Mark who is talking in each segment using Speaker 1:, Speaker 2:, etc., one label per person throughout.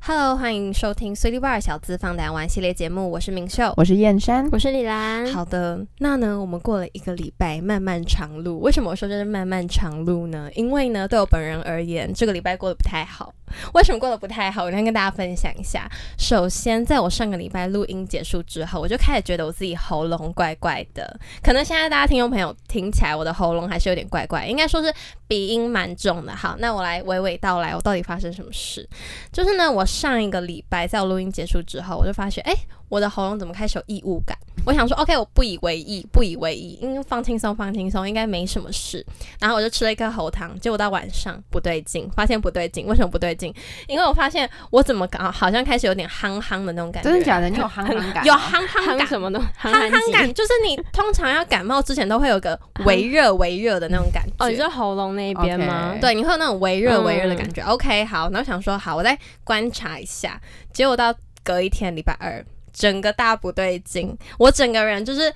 Speaker 1: Hello，欢迎收听《碎利 bar 小资放胆玩》系列节目，我是明秀。
Speaker 2: 我是燕山，
Speaker 3: 我是李兰，
Speaker 1: 好的，那呢，我们过了一个礼拜漫漫长路。为什么我说这是漫漫长路呢？因为呢，对我本人而言，这个礼拜过得不太好。为什么过得不太好？我先跟大家分享一下。首先，在我上个礼拜录音结束之后，我就开始觉得我自己喉咙怪怪的。可能现在大家听众朋友听起来，我的喉咙还是有点怪怪，应该说是鼻音蛮重的。好，那我来娓娓道来，我到底发生什么事？就是呢，我上一个礼拜在我录音结束之后，我就发现，哎、我的喉咙怎么开始有异物感？我想说，OK，我不以为意，不以为意，因为放轻松，放轻松，应该没什么事。然后我就吃了一颗喉糖，结果到晚上不对劲，发现不对劲，为什么不对劲？因为我发现我怎么搞，好像开始有点憨憨的那种感觉，
Speaker 2: 真的假的？你有夯夯感？
Speaker 1: 有憨憨
Speaker 3: 憨
Speaker 1: 感。
Speaker 3: 什么的，憨
Speaker 1: 憨憨
Speaker 3: 鸡
Speaker 1: 感就是你通常要感冒之前都会有个微热微热的那种感觉，
Speaker 3: 哦，你说喉咙那边吗
Speaker 2: OK 嗯
Speaker 1: 对，你会有那种微热微热的感觉。OK，好，然后想说好，我再观察一下。结果到隔一天，礼拜二，整个大不对劲，我整个人就是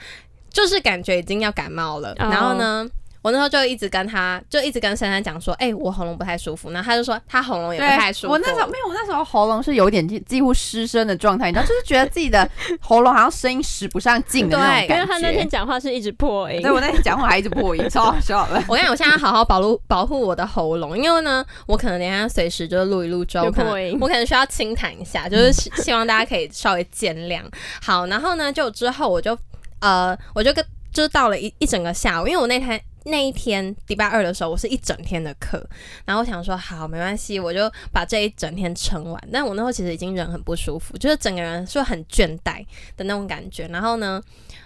Speaker 1: 就是感觉已经要感冒了。
Speaker 3: 哦
Speaker 1: 然后呢？我那时候就一直跟他，就一直跟珊珊讲说，哎、我喉咙不太舒服。然后他就说他喉咙也不
Speaker 2: 对
Speaker 1: 太舒服。
Speaker 2: 我那时候没有，我那时候喉咙是有点几几乎失声的状态，你知道，就是觉得自己的喉咙好像声音使不上劲的那
Speaker 1: 对
Speaker 2: 种
Speaker 3: 因
Speaker 2: 感
Speaker 3: 为
Speaker 2: 觉。
Speaker 3: 他那天讲话是一直破音
Speaker 2: 对，我那天讲话还一直破音，超好笑 的。
Speaker 1: 我跟你讲，我现在好好保护保护我的喉咙，因为呢，我可能等一下随时就是录一录之后，
Speaker 3: 有
Speaker 1: 我可能
Speaker 3: 破音嗯
Speaker 1: 我可能需要清谈一下，就是希希望大家可以稍微见谅。好，然后呢，就之后我就呃，我就跟就是到了一一整个下午，因为我那天。那一天礼拜二的时候，我是一整天的课，然后我想说好没关系，我就把这一整天撑完。但我那时候其实已经人很不舒服，就是整个人是很倦怠的那种感觉。然后呢，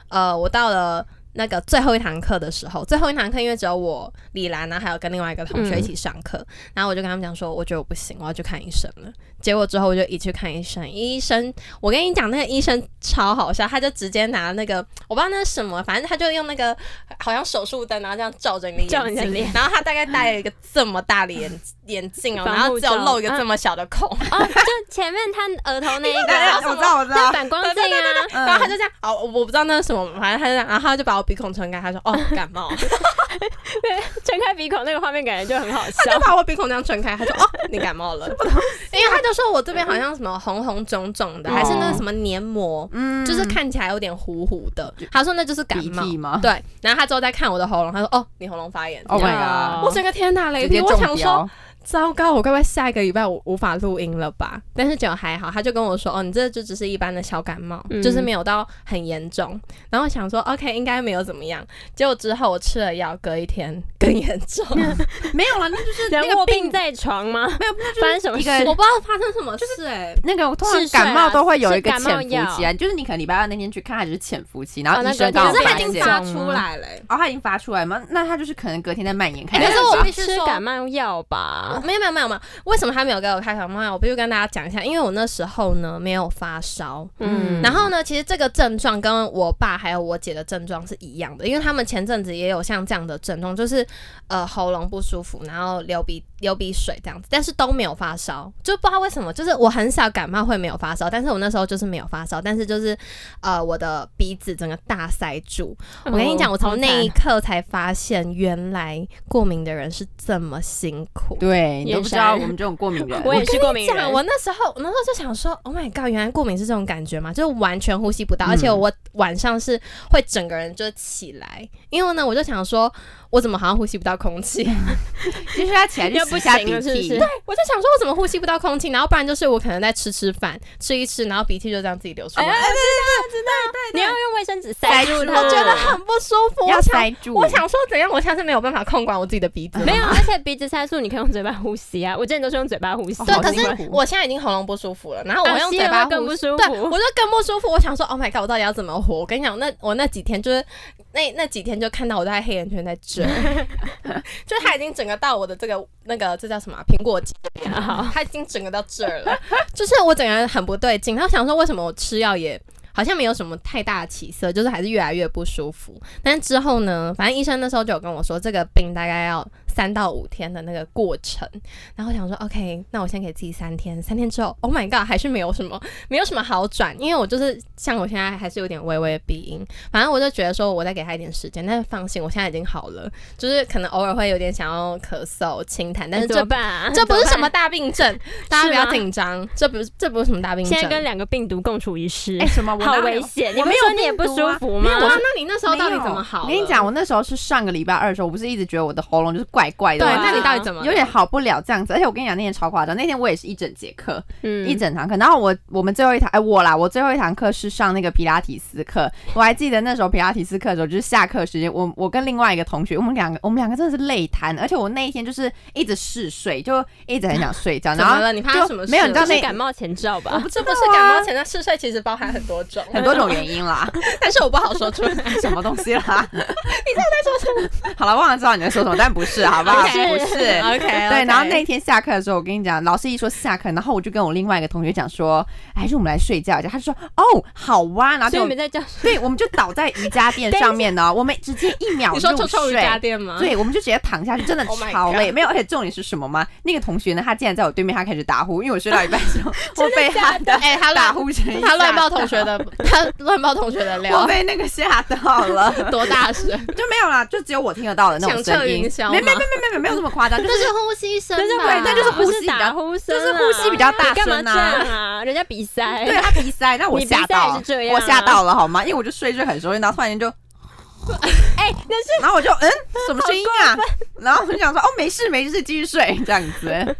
Speaker 1: 呃，我到了那个最后一堂课的时候，最后一堂课因为只有我李兰啊呢，还有跟另外一个同学一起上课，然后我就跟他们讲说，我觉得我不行，我要去看医生了。结果之后我就一去看医生，医生，我跟你讲，那个医生超好笑，他就直接拿那个我不知道那是什么，反正他就用那个好像手术灯，然啊后这样照着你的
Speaker 3: 照你
Speaker 1: 眼
Speaker 3: 的
Speaker 1: 睛，
Speaker 3: 脸
Speaker 1: 然后他大概戴了一个这么大的眼眼镜哦，然
Speaker 3: 防
Speaker 1: 后
Speaker 3: 护
Speaker 1: 只有
Speaker 3: 罩
Speaker 1: 露一个
Speaker 3: 嗯
Speaker 1: 这么小的孔，
Speaker 3: 哦，就前面他额头那一
Speaker 2: 对对，
Speaker 3: 个，
Speaker 2: 我知道，我知
Speaker 3: 那
Speaker 2: 道。
Speaker 3: 反光镜啊，
Speaker 2: 嗯
Speaker 1: 然后他就这样，哦，我不知道那是什么，反正他就这样，然后他就把我鼻孔撑开，他说哦感 冒。
Speaker 3: 撑开鼻孔那个画面感觉就很好
Speaker 1: 他
Speaker 3: 笑
Speaker 1: 就。把我鼻孔这样撑开，他说：“哦，你感冒 了。”因为他就说我这边好像什么红红肿肿
Speaker 3: 嗯
Speaker 1: 的，
Speaker 2: 哦
Speaker 1: 还是那个什么黏膜，
Speaker 2: 嗯
Speaker 1: 就是看起来有点糊糊的。他说那就是感
Speaker 2: 鼻
Speaker 1: 冒。
Speaker 2: 涕吗？
Speaker 1: 对，然后他之后再看我的喉咙，他说：“哦，你喉咙发炎。
Speaker 2: Oh
Speaker 1: 这
Speaker 2: my
Speaker 1: 样
Speaker 2: god！
Speaker 1: 哦我整个天打雷
Speaker 2: 直接
Speaker 1: 劈，我
Speaker 2: 中
Speaker 1: 想说
Speaker 2: 标，
Speaker 1: 糟糕，我该不会下一个礼拜我无法录音了吧？但是结果还好，他就跟我说，哦，你这就只是一般的小感冒，
Speaker 3: 嗯
Speaker 1: 就是没有到很严重。然后我想说，OK，应该没有怎么样。结果之后我吃了药，隔一天 更严重。
Speaker 2: 没有了，那就是
Speaker 3: 人
Speaker 2: 那个
Speaker 3: 卧
Speaker 2: 病
Speaker 3: 病在床吗？
Speaker 2: 没有，那就是
Speaker 3: 发生什么
Speaker 2: 一
Speaker 3: 事？
Speaker 2: 个
Speaker 1: 我不知道发生什么事哎、
Speaker 2: 那个通
Speaker 3: 嗜
Speaker 2: 常
Speaker 3: 睡
Speaker 2: 感
Speaker 3: 啊
Speaker 2: 冒都会有一个
Speaker 3: 是感冒
Speaker 2: 潜伏期啊，
Speaker 3: 药就是
Speaker 2: 就是你可能礼拜二那天去看，它只是潜伏期，然后
Speaker 3: 哦那
Speaker 2: 医生
Speaker 3: 个
Speaker 2: 刚好
Speaker 3: 可是它
Speaker 2: 发
Speaker 3: 已经
Speaker 2: 现，
Speaker 3: 发
Speaker 1: 了欸、
Speaker 2: 哦，它已经发出来吗？那它就是可能隔天在蔓延开
Speaker 1: 哎
Speaker 2: 始吧。
Speaker 1: 可是我必须
Speaker 3: 吃
Speaker 1: 说
Speaker 3: 感冒药吧？
Speaker 1: 没有没有没有没有，为什么他没有给我开感冒药？我必须跟大家讲一下，因为我那时候呢没有发烧，
Speaker 2: 嗯
Speaker 1: 然后呢，其实这个症状跟我爸还有我姐的症状是一样的，因为他们前阵子也有像这样的症状，就是呃喉咙不舒服，然后流鼻流鼻水这样子，但是都没有发烧，就不知道为什么，就是我很少感冒会没有发烧，但是我那时候就是没有发烧，但是就是呃我的鼻子整个大塞住，
Speaker 3: 嗯
Speaker 1: 我跟你讲，我从那一刻才发现，原来过敏的人是这么辛苦。
Speaker 2: 对，你都
Speaker 3: 眼
Speaker 2: 不知道
Speaker 3: 神
Speaker 2: 我们这种过敏人，
Speaker 3: 我也是过敏
Speaker 1: 讲
Speaker 3: 人，
Speaker 1: 我那时候，我那时候就想说，Oh my god，原来过敏是这种感觉嘛，就是完全呼吸不到，
Speaker 2: 嗯
Speaker 1: 而且我晚上是会整个人就起来，因为呢，我就想说，我怎么好像呼吸不到空 气？
Speaker 2: 就是他起来就
Speaker 3: 要
Speaker 2: 洗
Speaker 3: 不
Speaker 2: 一下
Speaker 3: 行
Speaker 2: 鼻
Speaker 3: 了是不
Speaker 2: 涕，
Speaker 3: 是？
Speaker 1: 我就想说，我怎么呼吸不到空气？然后不然就是我可能在吃吃饭，吃一吃，然后鼻涕就这样自己流出来，
Speaker 3: 你要用卫生纸塞住它，
Speaker 1: 哎我觉得很不舒服。
Speaker 2: 要
Speaker 1: 我想，
Speaker 2: 塞住。
Speaker 1: 我想说怎样，我现在是没有办法控管我自己的鼻子的。
Speaker 3: 没有，而且鼻子塞住，你可以用嘴巴呼吸啊。我之前都是用嘴巴呼吸，
Speaker 1: 对，
Speaker 2: 好
Speaker 1: 可
Speaker 2: 辛
Speaker 1: 是
Speaker 2: 苦
Speaker 1: 我现在已经喉咙不舒服了，然后我
Speaker 3: 啊
Speaker 1: 用
Speaker 3: 吸
Speaker 1: 嘴
Speaker 3: 了
Speaker 1: 巴
Speaker 3: 会更
Speaker 1: 呼
Speaker 3: 不
Speaker 1: 吸
Speaker 3: 舒
Speaker 1: 对，
Speaker 3: 服
Speaker 1: 我就更不舒服。我想说，Oh my god，我到底要怎么活？我跟你讲，那我那几天就是那那几天就看到我在黑眼圈在这， 就是它已经整个到我的这个那个这叫什么啊苹果肌这边了，它已经整个到这儿了，就是我整个人很不对劲。然后想说，为什么我吃药也好像没有什么太大的起色，就是还是越来越不舒服。但之后呢，反正医生那时候就有跟我说，这个病大概要三到五天的那个过程。然后我想说，OK，那我先给自己三天，三天之后，Oh my god，还是没有什么，没有什么好转，因为我就是像我现在还是有点微微的鼻音，反正我就觉得说我再给他一点时间，但是放心，我现在已经好了，就是可能偶尔会有点想要咳嗽、清痰，但是
Speaker 3: 怎么
Speaker 1: 这
Speaker 3: 办啊？
Speaker 1: 这不是什么
Speaker 3: 怎么
Speaker 1: 大病症， 大家不
Speaker 3: 是
Speaker 1: 要
Speaker 3: 吗
Speaker 1: 紧张，这不是这不是什么大病
Speaker 3: 办？
Speaker 1: 症。
Speaker 3: 现在跟两个病毒共处一室
Speaker 2: 哎、，什么？我
Speaker 3: 好
Speaker 2: 哪有
Speaker 3: 危险！你
Speaker 2: 我
Speaker 3: 不
Speaker 2: 没
Speaker 3: 是
Speaker 2: 有
Speaker 3: 说你也不
Speaker 2: 病毒
Speaker 3: 舒
Speaker 2: 啊
Speaker 3: 服
Speaker 1: 没
Speaker 3: 吗
Speaker 1: 有，？我说那你那时候
Speaker 2: 没有
Speaker 1: 到底怎么好了？
Speaker 2: 我跟你讲，我那时候是上个礼拜二的时候，我不是一直觉得我的喉咙就是怪怪的
Speaker 1: 对，
Speaker 2: 吗，
Speaker 1: 那你到底怎么了
Speaker 2: 有点好不了这样子。而且我跟你讲，那天超夸张，那天我也是一整节课，
Speaker 3: 嗯
Speaker 2: 一整堂课。然后我我们最后一堂，哎，我啦，我最后一堂课是上那个皮拉提斯课。我还记得那时候皮拉提斯课的时候，就是下课时间，我我跟另外一个同学，我们两个我们两个真的是累瘫，而且我那一天就是一直嗜睡，就一直很想 睡觉，
Speaker 1: 怎
Speaker 2: 然
Speaker 1: 么
Speaker 2: 后
Speaker 1: 了？你发生
Speaker 2: 就
Speaker 1: 什么事了？
Speaker 2: 没有你知道
Speaker 3: 这
Speaker 2: 那
Speaker 3: 是感冒前兆吧？
Speaker 1: 这不是感冒前的嗜睡，其实包含很多种，
Speaker 2: 很多种原因啦，
Speaker 1: 但是我不好说出来。
Speaker 2: 什么东西 啦？你到底在说什么？好了，忘了知道你在说什么，但不是，好 不好？
Speaker 1: 不是
Speaker 2: 啊不是
Speaker 1: OK，
Speaker 2: 对，然后那天下课的时候，我跟你讲，老师一说下课，然后我就跟我另外一个同学讲说，哎还是我们来睡觉一下。他就说，哦，好哇、然后
Speaker 3: 所以
Speaker 2: 就
Speaker 3: 你们在教
Speaker 2: 对，我们就倒在瑜伽 垫上面呢，我们直接一秒
Speaker 1: 你
Speaker 2: 入
Speaker 1: 说臭臭瑜
Speaker 2: 睡。
Speaker 1: 伽垫吗？
Speaker 2: 对，我们就直接躺下去，真 的
Speaker 1: Oh my
Speaker 2: 超累。
Speaker 1: God
Speaker 2: 没有，而且重点是什么吗？那个同学呢，他竟然在我对面，他开 始打呼，因为我睡到一半的时候，我被他的
Speaker 1: 哎，他
Speaker 2: 打
Speaker 1: 乱
Speaker 2: 呼声，
Speaker 1: 他乱爆同学， 的，他乱爆同学的
Speaker 2: 我
Speaker 1: 料，
Speaker 2: 被那个吓到了，
Speaker 1: 多大 声？
Speaker 2: 就没有啦，就只有我听得到的那种
Speaker 1: 响彻
Speaker 2: 声音
Speaker 1: 云。霄
Speaker 2: 没没没
Speaker 1: 吗？
Speaker 2: 没没没有这么夸 张，就
Speaker 1: 这
Speaker 2: 是
Speaker 1: 是呼吸声吧，
Speaker 2: 对
Speaker 3: 那
Speaker 2: 那就是呼吸比较
Speaker 3: 啊打呼声
Speaker 2: 就
Speaker 3: 啊，
Speaker 2: 是呼吸比较大
Speaker 3: 你干嘛
Speaker 2: 声
Speaker 3: 这
Speaker 2: 啊
Speaker 3: 样啊？人家鼻塞，
Speaker 2: 对他鼻塞，那我
Speaker 3: 你鼻
Speaker 2: 吓
Speaker 3: 塞
Speaker 2: 到
Speaker 3: 也是这样啊
Speaker 2: 我吓到了好吗？因为我就睡睡很熟，然后突然 间就，
Speaker 3: 哎，那是
Speaker 2: 然后我就嗯，什么声音啊？然后我就想说哦，没事没事，继续睡这样子。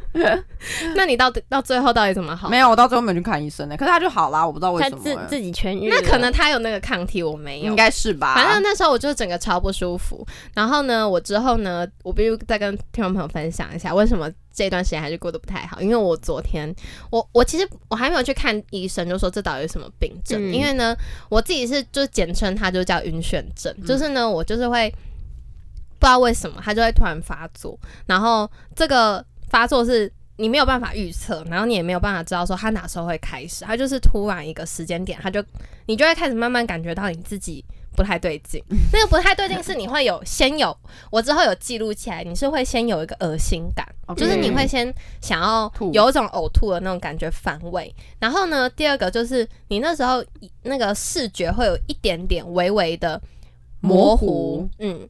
Speaker 1: 那你到底到最后到底怎 么好？
Speaker 2: 没有，我到最后没有去看医生呢，可是他就好啦，我不知道为
Speaker 3: 他
Speaker 2: 什么
Speaker 3: 自
Speaker 2: 欸，
Speaker 3: 自己痊愈了，
Speaker 1: 那可能他有那个抗体，我没有
Speaker 2: 应。该是吧。
Speaker 1: 反正那时候我就整个超不舒服。然后呢，我之后呢，我必须再跟听众朋友分享一下，为什么这段时间还是过得不太好。因为我昨天，我我其实我还没有去看医生，就说这到底是什么病症？
Speaker 3: 嗯
Speaker 1: 因为呢，我自己是就简称它就叫晕眩症，就是呢，我就是会不知道为什么它就会突然发作，然后这个发作是。你没有办法预测，然后你也没有办法知道说它哪时候会开始，它就是突然一个时间点，它就你就会开始慢慢感觉到你自己不太对劲。那个不太对劲是你会有先有，我之后有记录起来，你是会先有一个恶心感，
Speaker 2: OK
Speaker 1: 就是你会先想要
Speaker 2: 哦吐
Speaker 1: 有一种呕吐的那种感觉反胃。然后呢，第二个就是你那时候那个视觉会有一点点微微的模
Speaker 2: 模
Speaker 1: 糊，
Speaker 2: 糊
Speaker 1: 嗯。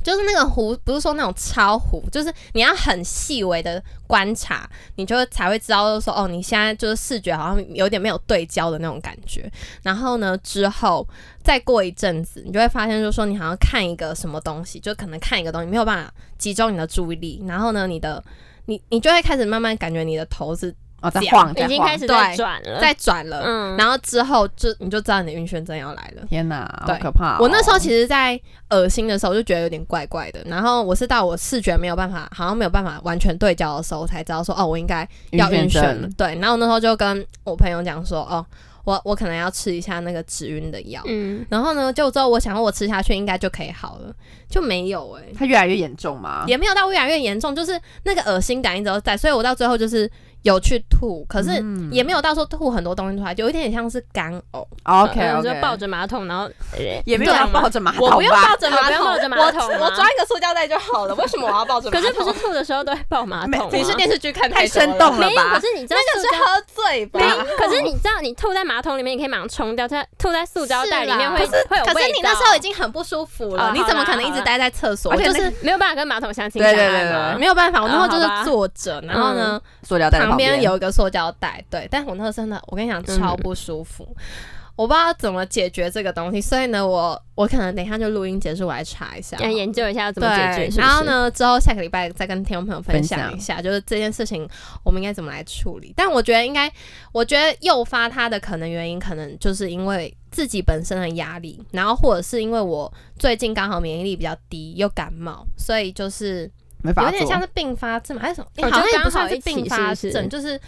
Speaker 1: 就是那个糊，不是说那种超糊，就是你要很细微的观察，你就会才会知道说，哦，你现在就是视觉好像有点没有对焦的那种感觉。然后呢，之后再过一阵子，你就会发现，就是说你好像看一个什么东西，就可能看一个东西没有办法集中你的注意力，然后呢，你的你你就会开始慢慢感觉你的头是
Speaker 2: 哦，在
Speaker 1: 这样
Speaker 2: 晃，在
Speaker 3: 已经
Speaker 2: 晃
Speaker 3: 开始在
Speaker 1: 对
Speaker 3: 转了，
Speaker 1: 在转了，
Speaker 3: 嗯，
Speaker 1: 然后之后就你就知道你的晕眩症要来了。
Speaker 2: 天哪，好
Speaker 1: 对
Speaker 2: 可怕哦！
Speaker 1: 我那时候其实，在恶心的时候就觉得有点怪怪的，然后我是到我视觉没有办法，好像没有办法完全对焦的时候，我才知道说哦，我应该要晕眩了
Speaker 2: 症。
Speaker 1: 对，然后我那时候就跟我朋友讲说，哦，我我可能要吃一下那个止晕的药。
Speaker 3: 嗯，
Speaker 1: 然后呢，就之后我想说我吃下去应该就可以好了，就没有哎、
Speaker 2: 它越来越严重嘛。
Speaker 1: 也没有到越来越严重，就是那个恶心感一直都在，所以我到最后就是有去吐，可是
Speaker 2: 嗯
Speaker 1: 也没有到说吐很多东西出来，有一点点像是干呕。
Speaker 2: OK
Speaker 3: 呃我就
Speaker 2: OK，
Speaker 3: 抱着马桶，然后呃
Speaker 2: 也没有
Speaker 3: 这
Speaker 2: 要
Speaker 3: 样吗
Speaker 2: 抱着马桶
Speaker 1: 我不用
Speaker 2: 吧
Speaker 1: 抱？着
Speaker 3: 哦
Speaker 1: 马桶，
Speaker 3: 不
Speaker 1: 啊
Speaker 3: 要抱着马
Speaker 1: 我
Speaker 3: 桶
Speaker 1: 我
Speaker 3: 吗
Speaker 1: 装一个塑胶袋就好了。为什么我要抱着马
Speaker 3: 可
Speaker 1: 桶？
Speaker 3: 是不是吐的时候都会抱马
Speaker 2: 没
Speaker 3: 桶吗？
Speaker 1: 你是电视剧看
Speaker 2: 太
Speaker 1: 多
Speaker 2: 生动
Speaker 1: 了，
Speaker 2: 了
Speaker 3: 没有，
Speaker 2: 吧
Speaker 3: 可是你知道
Speaker 1: 那个
Speaker 3: 塑
Speaker 1: 是
Speaker 3: 胶
Speaker 1: 喝醉吧
Speaker 3: 没？有，可是你知道，你吐在马桶里面，你可以马上冲掉，它吐在塑胶袋里面会
Speaker 1: 是啦
Speaker 3: 会有味道。
Speaker 1: 可是你那时候已经很不舒服了，
Speaker 3: 哦
Speaker 1: 你怎么可能一直待在厕所？
Speaker 2: 好
Speaker 1: 我
Speaker 2: 啦好啦
Speaker 1: 就是
Speaker 3: 没有办法跟马桶相亲
Speaker 2: 对
Speaker 3: 相
Speaker 2: 对
Speaker 3: 爱
Speaker 2: 对
Speaker 3: 嘛
Speaker 2: 对
Speaker 1: 没有办法，我那时候就
Speaker 3: 啊哦好吧
Speaker 1: 是
Speaker 3: 嗯
Speaker 1: 坐着，然后呢，
Speaker 2: 塑料袋的
Speaker 1: 旁边
Speaker 2: 边
Speaker 1: 有一个塑胶袋，对，但我那时候真的，我跟你讲超不舒服。
Speaker 3: 嗯
Speaker 1: 我不知道怎么解决这个东西，所以呢，我我可能等一下就录音结束，我来查一下好了。
Speaker 3: 要研究一下要怎么解决。
Speaker 1: 对，
Speaker 3: 是不是
Speaker 1: 然后？呢，之后下个礼拜再跟听众朋友分
Speaker 2: 分
Speaker 1: 享
Speaker 2: 享
Speaker 1: 一下，就是这件事情我们应该怎么来处理。但我觉得应该，我觉得诱发它的可能原因，可能就是因为自己本身的压力，然后或者是因为我最近刚好免疫力比较低，又感冒，所以就是
Speaker 2: 没法
Speaker 1: 有
Speaker 2: 做，
Speaker 1: 点像是并发症嘛，还是什么？
Speaker 3: 哦
Speaker 1: 诶好像
Speaker 3: 就
Speaker 1: 也
Speaker 3: 刚
Speaker 1: 不算
Speaker 3: 好
Speaker 1: 是
Speaker 3: 一起
Speaker 1: 并发
Speaker 3: 是
Speaker 1: 症，
Speaker 3: 不是
Speaker 1: 就是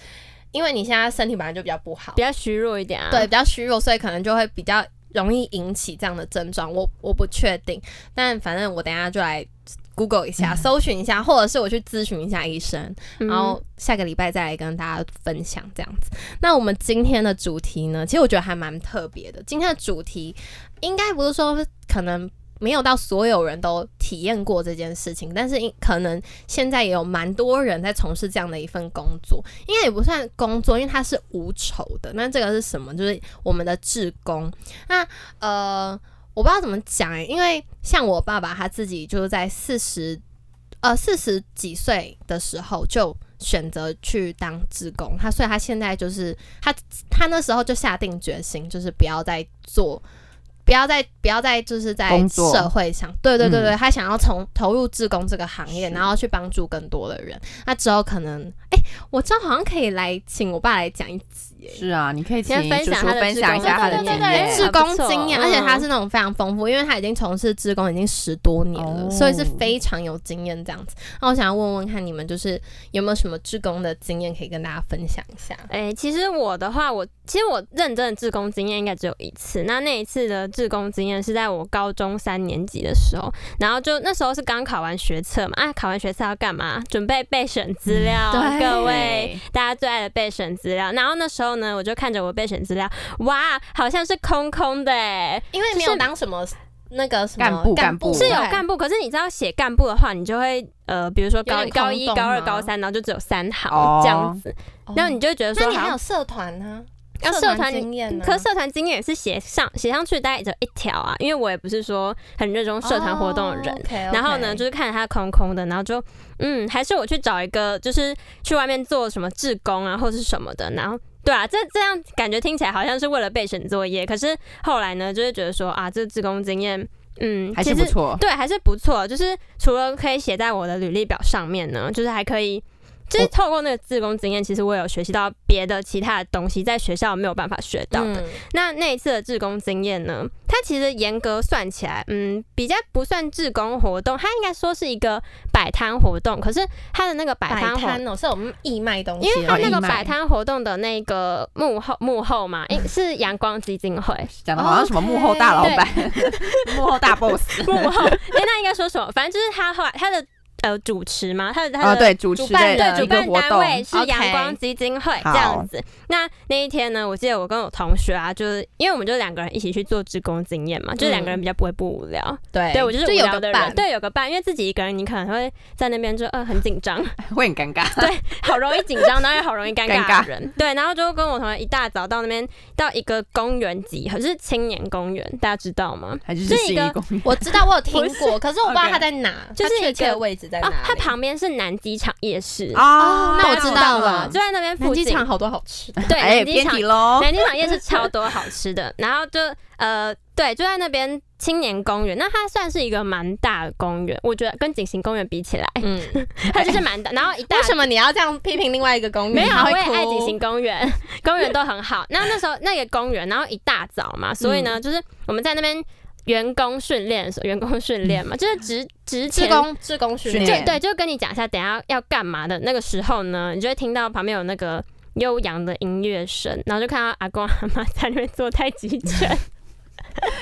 Speaker 1: 因为你现在身体本来就比较不好
Speaker 3: 比，较虚弱一点啊。
Speaker 1: 对，，比较虚弱，所以可能就会比较容易引起这样的症状。我我不确定，但反正我等一下就来 Google 一下，搜寻一下，或者是我去咨询一下医生，
Speaker 3: 嗯
Speaker 1: 然后下个礼拜再来跟大家分享这样子。那我们今天的主题呢，其实我觉得还蛮特别的。今天的主题应该不是说可能没有到所有人都体验过这件事情，但是因可能现在也有蛮多人在从事这样的一份工作，应该也不算工作，因为它是无酬的。那这个是什么？就是我们的志工。那呃，我不知道怎么讲、欸，因为像我爸爸他自己就是在四十呃四十几岁的时候就选择去当志工，他所以他现在就是他他那时候就下定决心，就是不要再做。不要再不要再就是在
Speaker 2: 工作嗯
Speaker 1: 社会上，对对对对，他想要从投入志工这个行业，然后去帮助更多的人。那之后可能，哎、我知道好像可以来请我爸来讲一集、欸，
Speaker 2: 是啊，你可以请
Speaker 3: 先分
Speaker 2: 主
Speaker 3: 享
Speaker 2: 厨
Speaker 3: 他的
Speaker 2: 分
Speaker 3: 志
Speaker 2: 享一
Speaker 3: 工
Speaker 2: 下他
Speaker 3: 对
Speaker 2: 的
Speaker 3: 对
Speaker 2: 经
Speaker 3: 对
Speaker 2: 验
Speaker 3: 对。
Speaker 1: 志工经验，
Speaker 3: 还
Speaker 1: 啊而
Speaker 3: 不错
Speaker 1: 且他是那种非常丰富，因为他已经从事志工已经十多年了，
Speaker 2: 哦
Speaker 1: 所以是非常有经验这样子。那我想要问问看你们，就是有没有什么志工的经验可以跟大家分享一下？
Speaker 3: 哎、其实我的话，我其实我认真的志工经验应该只有一次。那那一次的志工经验是在我高中三年级的时候，然后就那时候是刚考完学测嘛，啊，考完学测要干嘛？准备备审资料，嗯
Speaker 1: 对
Speaker 3: 各位大家最爱的备审资料。然后那时候呢，我就看着我备审资料，哇，好像是空空的哎、
Speaker 1: 因为没有当什么那个什么
Speaker 2: 干部
Speaker 1: 干
Speaker 2: 干部
Speaker 3: 是有
Speaker 1: 对
Speaker 3: 干部，可是你知道写干部的话，你就会呃，比如说
Speaker 1: 有
Speaker 3: 高
Speaker 1: 点空
Speaker 3: 高一、
Speaker 1: 洞
Speaker 3: 高二、
Speaker 1: 吗
Speaker 3: 高三，然后就只有三行、
Speaker 2: 哦
Speaker 3: 这样子，然后你就会觉得
Speaker 1: 那
Speaker 3: 说
Speaker 1: 你
Speaker 3: 好
Speaker 1: 还
Speaker 3: 像
Speaker 1: 有社团呢、
Speaker 3: 啊社团
Speaker 1: 经验呢、
Speaker 3: 可社团经验也是写上写上去，大概只有一条啊，因为我也不是说很热
Speaker 1: 哦
Speaker 3: 衷社团活动的人。
Speaker 1: o k
Speaker 3: 然后呢，就是看着它空空的，然后就嗯，还是我去找一个，就是去外面做什么志工啊，或是什么的。然后对啊，这这样感觉听起来好像是为了备审作业，可是后来呢，就是觉得说啊，这志工经验，嗯，
Speaker 2: 还
Speaker 3: 其
Speaker 2: 是不
Speaker 3: 实
Speaker 2: 错。
Speaker 3: 对，还是不错。就是除了可以写在我的履历表上面呢，就是还可以，就是透过那个自工经验，其实我有学习到别的其他的东西，在学校没有办法学到的。
Speaker 1: 嗯
Speaker 3: 那那一次的志工经验呢，它其实严格算起来，嗯，比较不算志工活动，它应该说是一个摆摊活动。可是它的那个摆
Speaker 1: 摆
Speaker 3: 摊活
Speaker 1: 摊哦，是我们义卖东西
Speaker 3: 因
Speaker 1: 的，
Speaker 3: 为它
Speaker 2: 哦
Speaker 3: 那
Speaker 2: 义
Speaker 3: 个
Speaker 2: 卖
Speaker 3: 摆摊活动的那个幕后幕后嘛，诶是阳光基金会，
Speaker 2: 讲的好像什么幕后大老板、 幕后大 boss
Speaker 3: 幕后，哎、那应该说什么？反正就是他后来他的呃主持嘛，他的他的、
Speaker 2: 啊，对，主
Speaker 1: 主
Speaker 2: 持
Speaker 1: 办
Speaker 2: 的
Speaker 1: 的
Speaker 3: 主
Speaker 2: 一个
Speaker 3: 办
Speaker 2: 活
Speaker 3: 单
Speaker 2: 动，哦
Speaker 3: 位是
Speaker 1: OK
Speaker 3: 阳光基金会
Speaker 2: 好
Speaker 3: 这样子。那那一天呢，我记得我跟我同学啊，就是因为我们就两个人一起去做职工经验嘛，就两个人比较不会不无聊。
Speaker 1: 对
Speaker 3: 对我就是无
Speaker 1: 就有
Speaker 3: 聊
Speaker 1: 个
Speaker 3: 的
Speaker 1: 伴
Speaker 3: 人，，对，有个伴，因为自己一个人，你可能会在那边就呃很紧张，
Speaker 2: 会很尴尬。
Speaker 3: 好容易紧张，然后也好容易尴
Speaker 2: 尴尬
Speaker 3: 尬的人。对，然后就跟我同学一大早到那边到一个公园集合，是青年公园，大家知道吗？
Speaker 2: 还是
Speaker 3: 这一
Speaker 2: 信
Speaker 3: 个
Speaker 2: 义公园
Speaker 1: 我知道我有听
Speaker 3: 不是
Speaker 1: 过，可是我不知道
Speaker 2: OK
Speaker 1: 他在哪，
Speaker 3: 就是
Speaker 1: 它确
Speaker 3: 一
Speaker 1: 切的
Speaker 3: 个
Speaker 1: 位置在哪
Speaker 3: 啊
Speaker 1: 里。，
Speaker 3: 它旁边是南机场夜市。
Speaker 2: 哦
Speaker 1: 那我知道了
Speaker 3: 就在那边
Speaker 1: 南
Speaker 3: 附
Speaker 1: 机
Speaker 3: 近，
Speaker 1: 场好多好吃的，
Speaker 3: 对，
Speaker 2: 哎，
Speaker 3: 南机
Speaker 2: 边
Speaker 3: 场
Speaker 2: 体
Speaker 1: 哦
Speaker 2: 喽，
Speaker 3: 南京场夜市超多好吃的，然后就呃，对，就在那边青年公园，那它算是一个蛮大的公园，我觉得跟景行公园 比起来，
Speaker 1: 嗯，
Speaker 3: 它就是蛮大。然后一大
Speaker 1: 为什么你要这样批评另外一个公寓？
Speaker 3: 没有，啊
Speaker 1: 他
Speaker 3: 我
Speaker 1: 会
Speaker 3: 也
Speaker 1: 哭
Speaker 3: 爱景行公园，公园都很好。那那时候那个公园，然后一大早嘛，所以呢，
Speaker 1: 嗯
Speaker 3: 就是我们在那边员工训练的时候，员工训练嘛，就是职职
Speaker 1: 志
Speaker 3: 前
Speaker 1: 工志工训
Speaker 2: 训
Speaker 1: 练，
Speaker 3: 就
Speaker 2: 练
Speaker 3: 对，就跟你讲一下，等一下要干嘛的那个时候呢，你就会听到旁边有那个悠扬的音乐声，然后就看到阿公阿妈在那边做太极拳，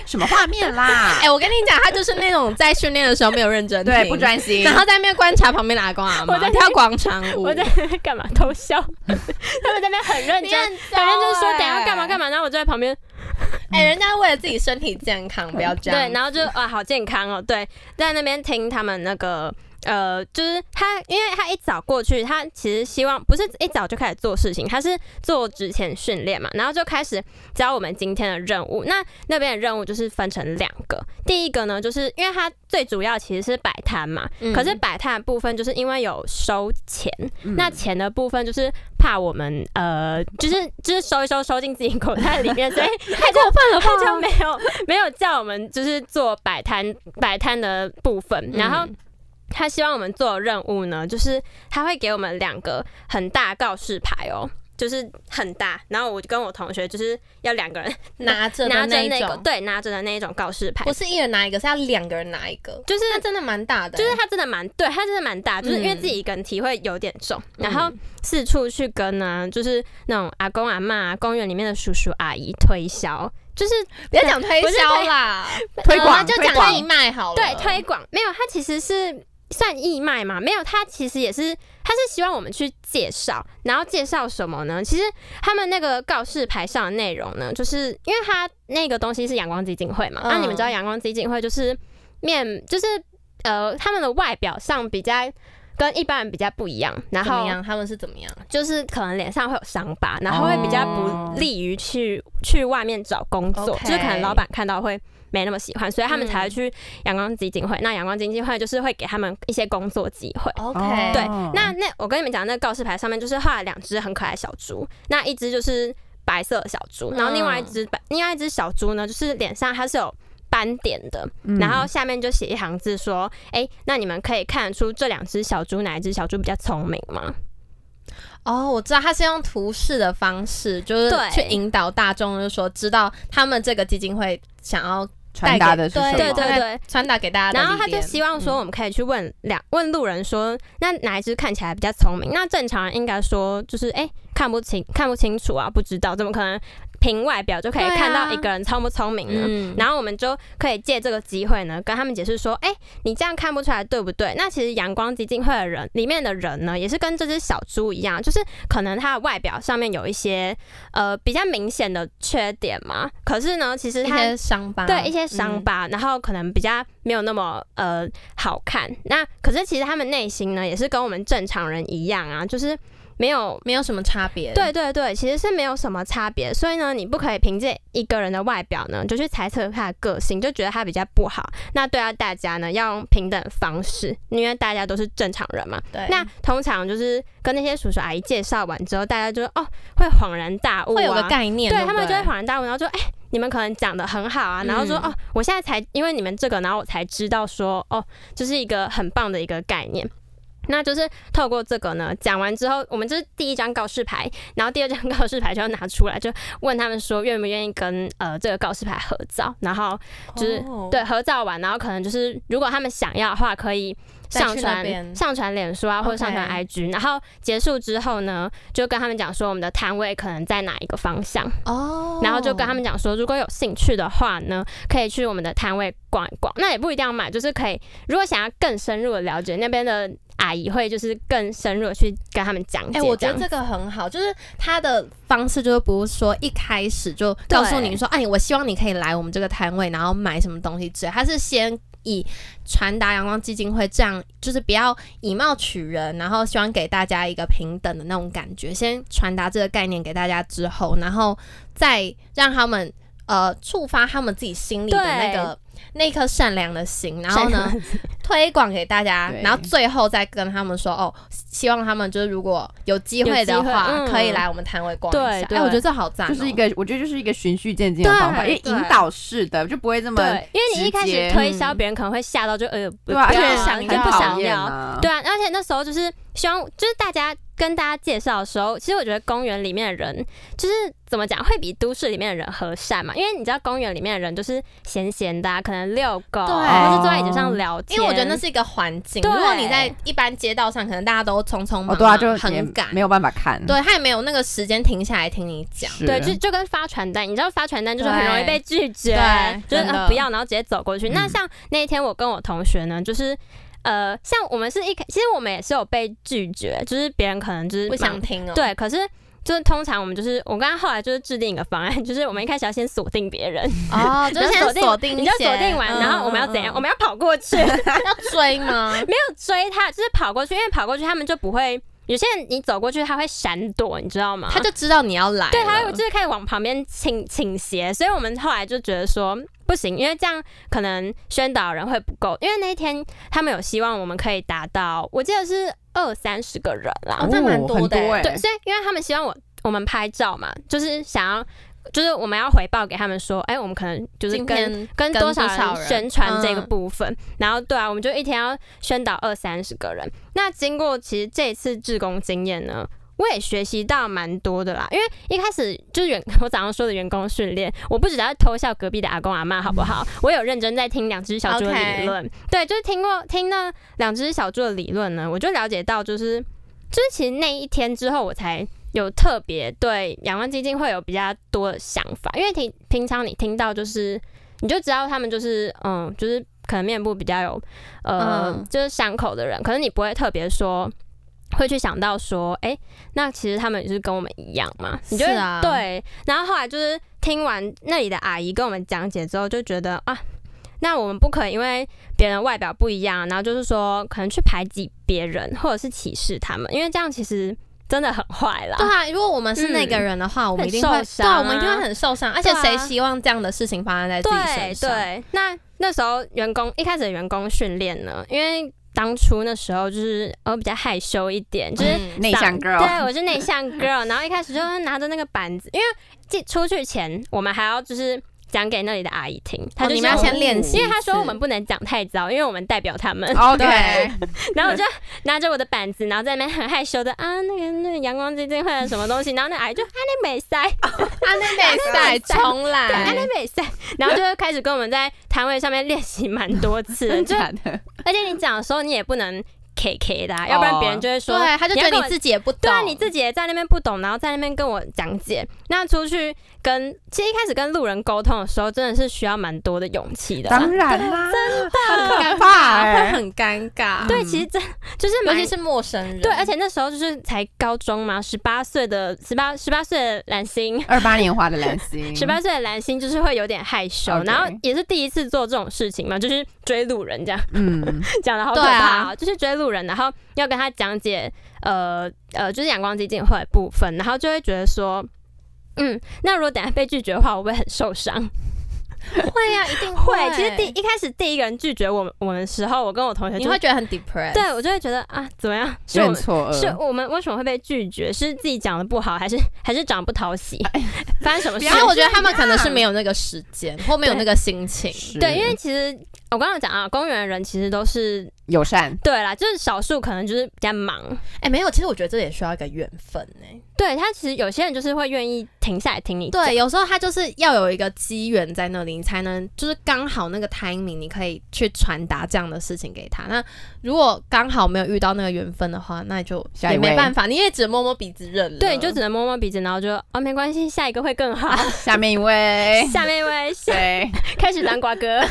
Speaker 2: 什么画面啦
Speaker 1: 哎、？我跟你讲，他就是那种在训练的时候没有认真听，
Speaker 2: 对，不专心。
Speaker 1: 然后在那边观察旁边的阿公阿妈
Speaker 3: 我在
Speaker 1: 跳广场舞，
Speaker 3: 我在 那边干嘛偷笑，他们在那边很认
Speaker 1: 你
Speaker 3: 真，
Speaker 1: 很
Speaker 3: 很欸认真说等一下要干嘛干
Speaker 1: 嘛？
Speaker 3: 嘛，然后我就在旁边
Speaker 1: 哎、人家为了自己身体健康，不要这样。
Speaker 3: 对，然后就啊好健康哦，对，在那边听他们那个。呃，就是他，因为他一早过去，他其实希望不是一早就开始做事情，他是做之前训练嘛，然后就开始教我们今天的任务。那那边的任务就是分成两个，第一个呢，就是因为他最主要其实是摆摊嘛，
Speaker 1: 嗯
Speaker 3: 可是摆摊的部分就是因为有收钱，
Speaker 2: 嗯
Speaker 3: 那钱的部分就是怕我们呃，就是 就是收一收收进自己口袋里面，所以太过分了，他就没有没有叫我们就是做摆摊摆摊的部分，然后。
Speaker 1: 嗯
Speaker 3: 他希望我们做的任务呢，就是他会给我们两个很大告示牌哦，就是很大。然后我就跟我同学就是要两个人
Speaker 1: 拿着
Speaker 3: 拿
Speaker 1: 的
Speaker 3: 着
Speaker 1: 一
Speaker 3: 那
Speaker 1: 种，
Speaker 3: 个对拿着的那一种告示牌
Speaker 1: 不，是一人拿一个，是要两个人拿一个，
Speaker 3: 就是
Speaker 1: 那真的蛮大的、欸
Speaker 3: 就是它真的蛮对，它真的蛮大，就是因为
Speaker 1: 嗯
Speaker 3: 自己一个人体会有点重，然后四处去跟啊，就是那种阿公阿妈、公园里面的叔叔阿姨推销，就是
Speaker 1: 不要讲推销啦，
Speaker 2: 推
Speaker 1: 我
Speaker 2: 广
Speaker 1: 们就
Speaker 2: 推
Speaker 1: 讲
Speaker 2: 广
Speaker 1: 义卖好了。
Speaker 3: 对推广没有，它其实是算义卖嘛，没有，他其实也是，他是希望我们去介绍，然后介绍什么呢？其实他们那个告示牌上的内容呢，就是因为他那个东西是阳光基金会嘛，那、啊
Speaker 1: 嗯
Speaker 3: 你们知道阳光基金会就是面，就是呃，他们的外表上比较跟一般人比较不一样，然
Speaker 1: 怎么
Speaker 3: 后
Speaker 1: 样？他们是怎么样？
Speaker 3: 就是可能脸上会有伤疤，然后会比较
Speaker 2: 哦
Speaker 3: 不利于去、去外面找工作
Speaker 1: OK
Speaker 3: 就是可能老板看到会没那么喜欢，所以他们才会去阳光基金会。那阳光基金会就是会给他们一些工作机会。
Speaker 1: OK，、
Speaker 2: 嗯哦
Speaker 3: 对那那我跟你们讲，那个告示牌上面就是画了两只很可爱的小猪，那一只就是白色的小
Speaker 2: 嗯
Speaker 3: 猪，然后另外一只白，另外一只小猪呢，就是脸上它是有斑点的，
Speaker 2: 嗯
Speaker 3: 然后下面就写一行字说，哎、那你们可以看得出这两只小猪哪一只小猪比较聪明吗？
Speaker 1: 哦，我知道他是用图示的方式，就是
Speaker 3: 对
Speaker 1: 去引导大众，就是说知道他们这个基金会想要
Speaker 2: 传达的是什
Speaker 1: 带
Speaker 2: 么？
Speaker 1: 给
Speaker 3: 对
Speaker 1: 对
Speaker 3: 对
Speaker 1: 对
Speaker 3: 对，
Speaker 1: 传达给大家的
Speaker 3: 然
Speaker 1: 理
Speaker 3: 后
Speaker 1: 念。嗯
Speaker 3: 他就希望说，我们可以去问两、问路人说，那哪一只看起来比较聪明？那正常人应该说就是哎、诶看不清看不清楚啊，不知道，怎么可能凭外表就可以
Speaker 1: 对啊
Speaker 3: 看到一个人聪不聪明呢？
Speaker 1: 嗯，
Speaker 3: 然后我们就可以借这个机会呢，跟他们解释说，哎、你这样看不出来，对不对？那其实阳光基金会的人里面的人呢，也是跟这只小猪一样，就是可能它的外表上面有一些呃比较明显的缺点嘛，可是呢，其实
Speaker 1: 一
Speaker 3: 它
Speaker 1: 些伤疤，
Speaker 3: 对一些
Speaker 1: 嗯
Speaker 3: 伤疤，然后可能比较没有那么呃好看。那可是其实他们内心呢，也是跟我们正常人一样啊，就是没有。
Speaker 1: 没有什么差别。
Speaker 3: 对对对，其实是没有什么差别，所以呢，你不可以凭借一个人的外表呢，就去猜测他的个性，就觉得他比较不好。那对啊，大家呢要用平等的方式，因为大家都是正常人嘛。
Speaker 1: 对，
Speaker 3: 那通常就是跟那些叔叔阿姨介绍完之后，大家就哦会恍然大悟、啊，
Speaker 1: 会有个概念，
Speaker 3: 对
Speaker 1: 不
Speaker 3: 他们就会恍然大悟，然后就哎、你们可能讲的很好啊，然后说、
Speaker 1: 嗯
Speaker 3: 哦，我现在才因为你们这个，然后我才知道说哦，这、是一个很棒的一个概念。那就是透过这个呢，讲完之后，我们这是第一张告示牌，然后第二张 告示牌就要拿出来，就问他们说愿不愿意跟呃这个告示牌合照，然后就是
Speaker 1: 哦
Speaker 3: 对，合照完，然后可能就是如果他们想要的话，可以
Speaker 1: 再去
Speaker 3: 上
Speaker 1: 那
Speaker 3: 传
Speaker 1: 边
Speaker 3: 上传脸书啊，或者
Speaker 1: OK
Speaker 3: 上传 IG。然后结束之后呢，就跟他们讲说我们的摊位可能在哪一个方向，
Speaker 1: 哦，
Speaker 3: 然后就跟他们讲说，如果有兴趣的话呢，可以去我们的摊位逛一逛。那也不一定要买，就是可以，如果想要更深入的了解那边的阿姨会，就是更深入的去跟他们讲解
Speaker 1: 哎、
Speaker 3: 这样。
Speaker 1: 我觉得这个很好，就是他的方式就是不是说一开始就告诉你说，哎，我希望你可以来我们这个摊位，然后买什么东西之类，他是先。以传达阳光基金会这样，就是不要以貌取人，然后希望给大家一个平等的那种感觉。先传达这个概念给大家之后，然后再让他们呃触发他们自己心里的那个那颗善良的心，然后呢推广给大家
Speaker 2: 对，
Speaker 1: 然后最后再跟他们说哦，希望他们就是如果有机会的话，
Speaker 3: 有机会嗯
Speaker 1: 可以来我们摊位逛一
Speaker 3: 对
Speaker 1: 下。
Speaker 3: 对
Speaker 1: 哎，我觉得这好赞、哦，
Speaker 2: 就是一个，我觉得就是一个循序渐进的方法，因
Speaker 3: 对
Speaker 2: 为引导式的就不会这么
Speaker 3: 对，因为你一开
Speaker 2: 直接
Speaker 1: 嗯
Speaker 3: 始推销，别人可能会吓到就，呃，
Speaker 2: 对啊，而
Speaker 3: 不要
Speaker 2: 且
Speaker 3: 想
Speaker 2: 很
Speaker 3: 就不
Speaker 2: 讨
Speaker 3: 想
Speaker 2: 厌
Speaker 3: 要。
Speaker 2: 啊
Speaker 3: 对啊，而且那时候就是希望，就是大家跟大家介绍的时候，其实我觉得公园里面的人，就是怎么讲，会比都市里面的人和善嘛。因为你知道公园里面的人就是闲闲的、啊，可能遛狗，
Speaker 1: 对
Speaker 3: 或是坐在椅子上聊天。
Speaker 1: 因为我觉得那是一个环境。
Speaker 3: 对
Speaker 1: 如果你在一般街道上，可能大家都匆匆忙忙，
Speaker 2: 哦，对啊，就也
Speaker 1: 嗯很赶
Speaker 2: 没，有办法看，
Speaker 1: 对他也没有那个时间停下来听你讲。
Speaker 2: 是
Speaker 3: 对，就就跟发传单，你知道发传单就是很容易被拒绝
Speaker 1: 对，
Speaker 3: 就是、
Speaker 1: 真
Speaker 3: 呃、
Speaker 1: 的
Speaker 3: 不要，然后直接走过去。那
Speaker 2: 嗯
Speaker 3: 像那一天我跟我同学呢，就是。呃，像我们是一开，其实我们也是有被拒绝，就是别人可能就是
Speaker 1: 不
Speaker 3: 忙
Speaker 1: 想听哦，，
Speaker 3: 对，可是就是通常我们就是我刚刚后来就是制定一个方案，就是我们一开始要先锁定别人，
Speaker 1: 哦， 就是
Speaker 3: 然后
Speaker 1: 先锁定一
Speaker 3: 你
Speaker 1: 些，
Speaker 3: 就锁定完，
Speaker 1: 嗯
Speaker 3: 然后我们要怎样？我们要跑过 去，没
Speaker 1: 要追吗？
Speaker 3: 有追他，就是跑过去，因为跑过去他们就不会。有些人你走过去他会闪躲，你知道吗？
Speaker 1: 他就知道你要来，
Speaker 3: 对，他会就是开始往旁边倾倾斜，所以我们后来就觉得说不行，因为这样可能宣导人会不够，因为那一天他们有希望我们可以达到，我记得是二三十个人啦，
Speaker 1: 哦那蛮多
Speaker 2: 很
Speaker 1: 的欸
Speaker 2: 欸
Speaker 3: 对，所以因为他们希望我我们拍照嘛，就是想要，就是我们要回报给他们说，哎、我们可能就是
Speaker 1: 今
Speaker 3: 跟
Speaker 1: 天
Speaker 3: 跟
Speaker 1: 跟
Speaker 3: 多少
Speaker 1: 多少
Speaker 3: 人
Speaker 1: 人
Speaker 3: 宣传这个
Speaker 1: 嗯
Speaker 3: 部分，然后对啊，我们就一天要宣导二三十个人。那经过其实这一次志工经验呢。我也学习到蛮多的啦，因为一开始就是员我早上说的员工训练，我不只要偷笑隔壁的阿公阿妈，好不好？我有认真在听两只小猪的理
Speaker 1: 嗯 OK
Speaker 3: 论对，就是听过听那两只小猪的理论呢，我就了解到，就是就是其实那一天之后，我才有特别对仰望基金会有比较多的想法，因为平平常你听到就是，你就知道他们就是嗯，就是可能面部比较有呃、
Speaker 2: 嗯
Speaker 3: 就是伤口的人，可是你不会特别说。会去想到说，哎、那其实他们也是跟我们一样嘛，你就会
Speaker 1: 是啊
Speaker 3: 对。然后后来就是听完那里的阿姨跟我们讲解之后，就觉得啊，那我们不可以因为别人外表不一样，然后就是说可能去排挤别人或者是歧视他们，因为这样其实真的很坏啦。
Speaker 1: 对啊，如果我们是那个人的话，我们一定
Speaker 3: 很
Speaker 1: 会，
Speaker 3: 受
Speaker 1: 对
Speaker 3: 伤啊
Speaker 1: 啊，我们一定会很受伤。而且
Speaker 3: 对啊
Speaker 1: 谁希望这样的事情发生在自己身
Speaker 3: 对
Speaker 1: 上？
Speaker 3: 对，那那时候员工一开始的员工训练呢，因为当初那时候就是我比较害羞一点，就是
Speaker 1: 嗯
Speaker 2: 内向
Speaker 3: 长
Speaker 2: girl，
Speaker 3: 对，啊我是内向 girl。然后一开始就是拿着那个板子，因为进出去前我们还要就是讲给那里的阿姨听，她
Speaker 1: 哦
Speaker 3: 就
Speaker 1: 你
Speaker 3: 说
Speaker 1: 们要
Speaker 3: 我
Speaker 1: 先练习
Speaker 3: 因为她
Speaker 1: 一
Speaker 3: 说
Speaker 1: 次
Speaker 3: 我们不能讲太早，因为我们代表他们。
Speaker 2: 哦 OK，
Speaker 3: 然后我就拿着我的板子，然后在那边很害羞的啊，那个那个阳光基金会的什么东西，然 后那阿姨就啊你没塞，
Speaker 1: 啊，那比赛重
Speaker 3: 对啊
Speaker 1: 来，
Speaker 3: 你没塞，然后就会开始跟我们在摊位上面练习蛮多次 的，
Speaker 2: 真
Speaker 3: 就
Speaker 2: 假的？
Speaker 3: 而且你讲的时候你也不能 K K 的啊、要不然别人就会说
Speaker 1: 对，他就觉
Speaker 3: 你
Speaker 1: 得
Speaker 3: 要跟
Speaker 1: 你
Speaker 3: 我
Speaker 1: 自己也不懂，
Speaker 3: 对啊，你自己也在那边不懂，然后在那边跟我讲解。那出去跟其实一开始跟路人沟通的时候，真的是需要蛮多的勇气的啦。
Speaker 2: 当然啦，
Speaker 1: 很
Speaker 2: 很
Speaker 1: 尴
Speaker 2: 可怕
Speaker 1: 尬，
Speaker 2: 欸
Speaker 1: 会很尴 尬，
Speaker 3: 对，其实真就是
Speaker 1: 尤
Speaker 3: 蛮
Speaker 1: 其是陌生人，
Speaker 3: 对，而且那时候就是才高中嘛，十八岁的十八十八岁的蓝星。
Speaker 2: 二八年华的蓝星，
Speaker 3: 十八岁的蓝星就是会有点害羞
Speaker 2: OK
Speaker 3: 然后也是第一次做这种事情嘛，就是追路人这样
Speaker 2: 嗯，
Speaker 3: 讲的好可
Speaker 1: 对啊
Speaker 3: 怕、哦，就是追路人，然后要跟他讲解呃呃，就是阳光基金会的部分，然后就会觉得说，嗯，那如果等一下被拒绝的话，我会很受伤。
Speaker 1: 会啊呀，一定
Speaker 3: 会，其实第一开始第一个人拒绝我们我们的时候，我跟我同学就
Speaker 1: 你会觉得很 depressed，
Speaker 3: 对我就会觉得啊，怎么样？是
Speaker 2: 有点
Speaker 3: 我们
Speaker 2: 错
Speaker 3: 是
Speaker 2: 愕。
Speaker 3: 我们为什么会被拒绝？是自己讲的不好，还是还是长得不讨喜？ 发生什么事
Speaker 1: 因？为我觉得他们可能是没有那个时间或没有那个心情，
Speaker 2: 是
Speaker 3: 对，因为其实我刚刚讲啊，公园的人其实都是
Speaker 2: 友善，
Speaker 3: 对啦，就是少数可能就是比较忙。
Speaker 1: 哎、没有，其实我觉得这也需要一个缘分呢、
Speaker 3: 对他其实有些人就是会愿意停下来听你
Speaker 1: 对，有时候他就是要有一个机缘在那里，你才能就是刚好那个 timing，你可以去传达这样的事情给他。那如果刚好没有遇到那个缘分的话，那就
Speaker 2: 下一
Speaker 1: 也没
Speaker 2: 位
Speaker 1: 办法，你也只摸摸鼻子认了。
Speaker 3: 对，你就只能摸摸鼻子，然后就哦没关系，下一个会更好。，
Speaker 2: 下面一位
Speaker 1: 哎
Speaker 3: 下面 一位 是
Speaker 2: 对，
Speaker 3: 开始当瓜哥。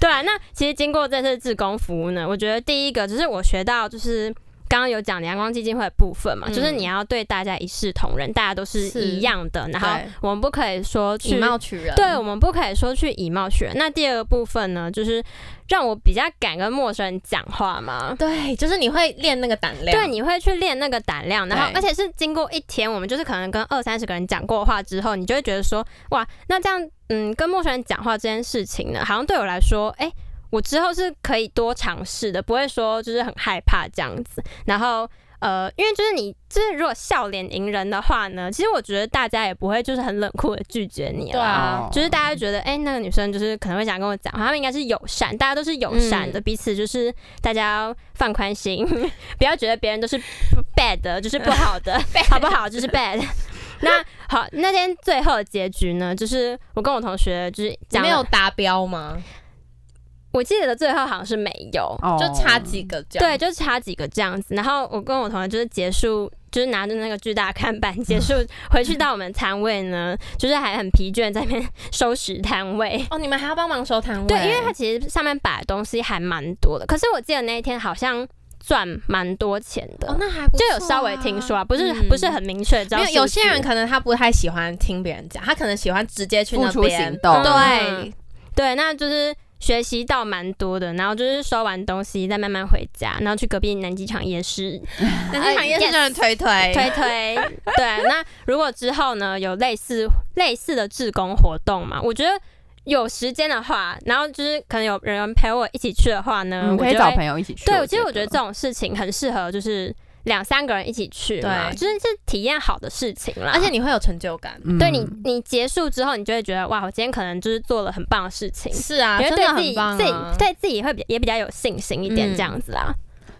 Speaker 3: 对啊，那其实经过这次志工服务呢，我觉得第一个就是我学到就是。刚刚有讲阳光基金会的部分嘛，
Speaker 1: 嗯
Speaker 3: 就是你要对大家一视同仁，大家都是
Speaker 1: 是
Speaker 3: 一样的，然后
Speaker 1: 对
Speaker 3: 我们不可以说
Speaker 1: 以
Speaker 3: 去，
Speaker 1: 貌取人。
Speaker 3: 对我们不可以说去以貌取人。那第二个部分呢，就是让我比较敢跟陌生人讲话嘛，
Speaker 1: 对，就是你会练那个胆量。
Speaker 3: 对，你会去练那个胆量，然后
Speaker 1: 对
Speaker 3: 而且是经过一天，我们就是可能跟二三十个人讲过话之后，你就会觉得说，哇，那这样，嗯，跟陌生人讲话这件事情呢，好像对我来说，哎、我之后是可以多尝试的，不会说就是很害怕这样子。然后，呃，因为就是你，就是如果笑脸迎人的话呢，其实我觉得大家也不会就是很冷酷的拒绝你
Speaker 1: 对
Speaker 3: 啦。
Speaker 1: 啊
Speaker 2: 哦
Speaker 3: 就是大家觉得，哎、那个女生就是可能会想跟我讲话，他们应该是友善，大家都是友
Speaker 1: 嗯
Speaker 3: 善的，彼此就是大家要放宽心， 不要觉得别人都是 bad 的，就是不好 的，好不好？就是 bad。那 好，那天最后的结局呢，就是我跟我同学就是
Speaker 1: 你
Speaker 3: 讲
Speaker 1: 没
Speaker 3: 了
Speaker 1: 有，达标吗？
Speaker 3: 我记得的最后好像是没有，
Speaker 2: 哦
Speaker 1: 就差几个这
Speaker 3: 对，
Speaker 1: 样。
Speaker 3: 就差几个这样子。然后我跟我同学就是结束，就是拿着那个巨大的看板 结束，回去到我们摊位呢，就是还很疲倦在那边收拾摊位。
Speaker 1: 哦，你们还要帮忙收摊位？
Speaker 3: 对，因为它其实上面摆的东西还蛮多的，可是我记得那一天好像赚蛮多钱的，
Speaker 1: 哦，那还不
Speaker 3: 就
Speaker 1: 错
Speaker 3: 有稍微听说啊，不是、
Speaker 1: 嗯
Speaker 3: 不是很明确知道
Speaker 1: 没
Speaker 3: 数
Speaker 1: 有
Speaker 3: 字。
Speaker 1: 有些人可能他不太喜欢听别人讲，他可能喜欢直接去
Speaker 2: 付
Speaker 1: 那
Speaker 2: 出行
Speaker 1: 边。
Speaker 2: 动，
Speaker 3: 嗯
Speaker 1: 对，
Speaker 3: 对，那就是学习到蛮多的，然后就是收完东西再慢慢回家，然后去隔壁南机场夜市
Speaker 1: 南京产业是让人推推
Speaker 3: 推推。对，那如果之后呢有类似 类似的志工活动嘛，我觉得。有时间的话，然后就是可能有人陪我一起去的话呢，
Speaker 2: 嗯，
Speaker 3: 我
Speaker 2: 可以
Speaker 3: 就
Speaker 2: 找
Speaker 3: 会
Speaker 2: 朋友一起去。
Speaker 3: 对，其实我觉得这种事情很适合，就是两三个人一起去嘛，
Speaker 1: 对
Speaker 3: 就是这体验好的事情啦。
Speaker 1: 而且你会有成就感。
Speaker 2: 嗯
Speaker 3: 对你，你结束之后，你就会觉得哇，我今天可能就是做了很棒的事情，
Speaker 1: 是啊，
Speaker 3: 因为
Speaker 1: 真
Speaker 3: 对
Speaker 1: 的
Speaker 3: 自己、
Speaker 1: 很棒
Speaker 3: 自己
Speaker 1: 啊。
Speaker 3: 对自己会比也比较有信心一点
Speaker 1: 嗯
Speaker 3: 这样子啦。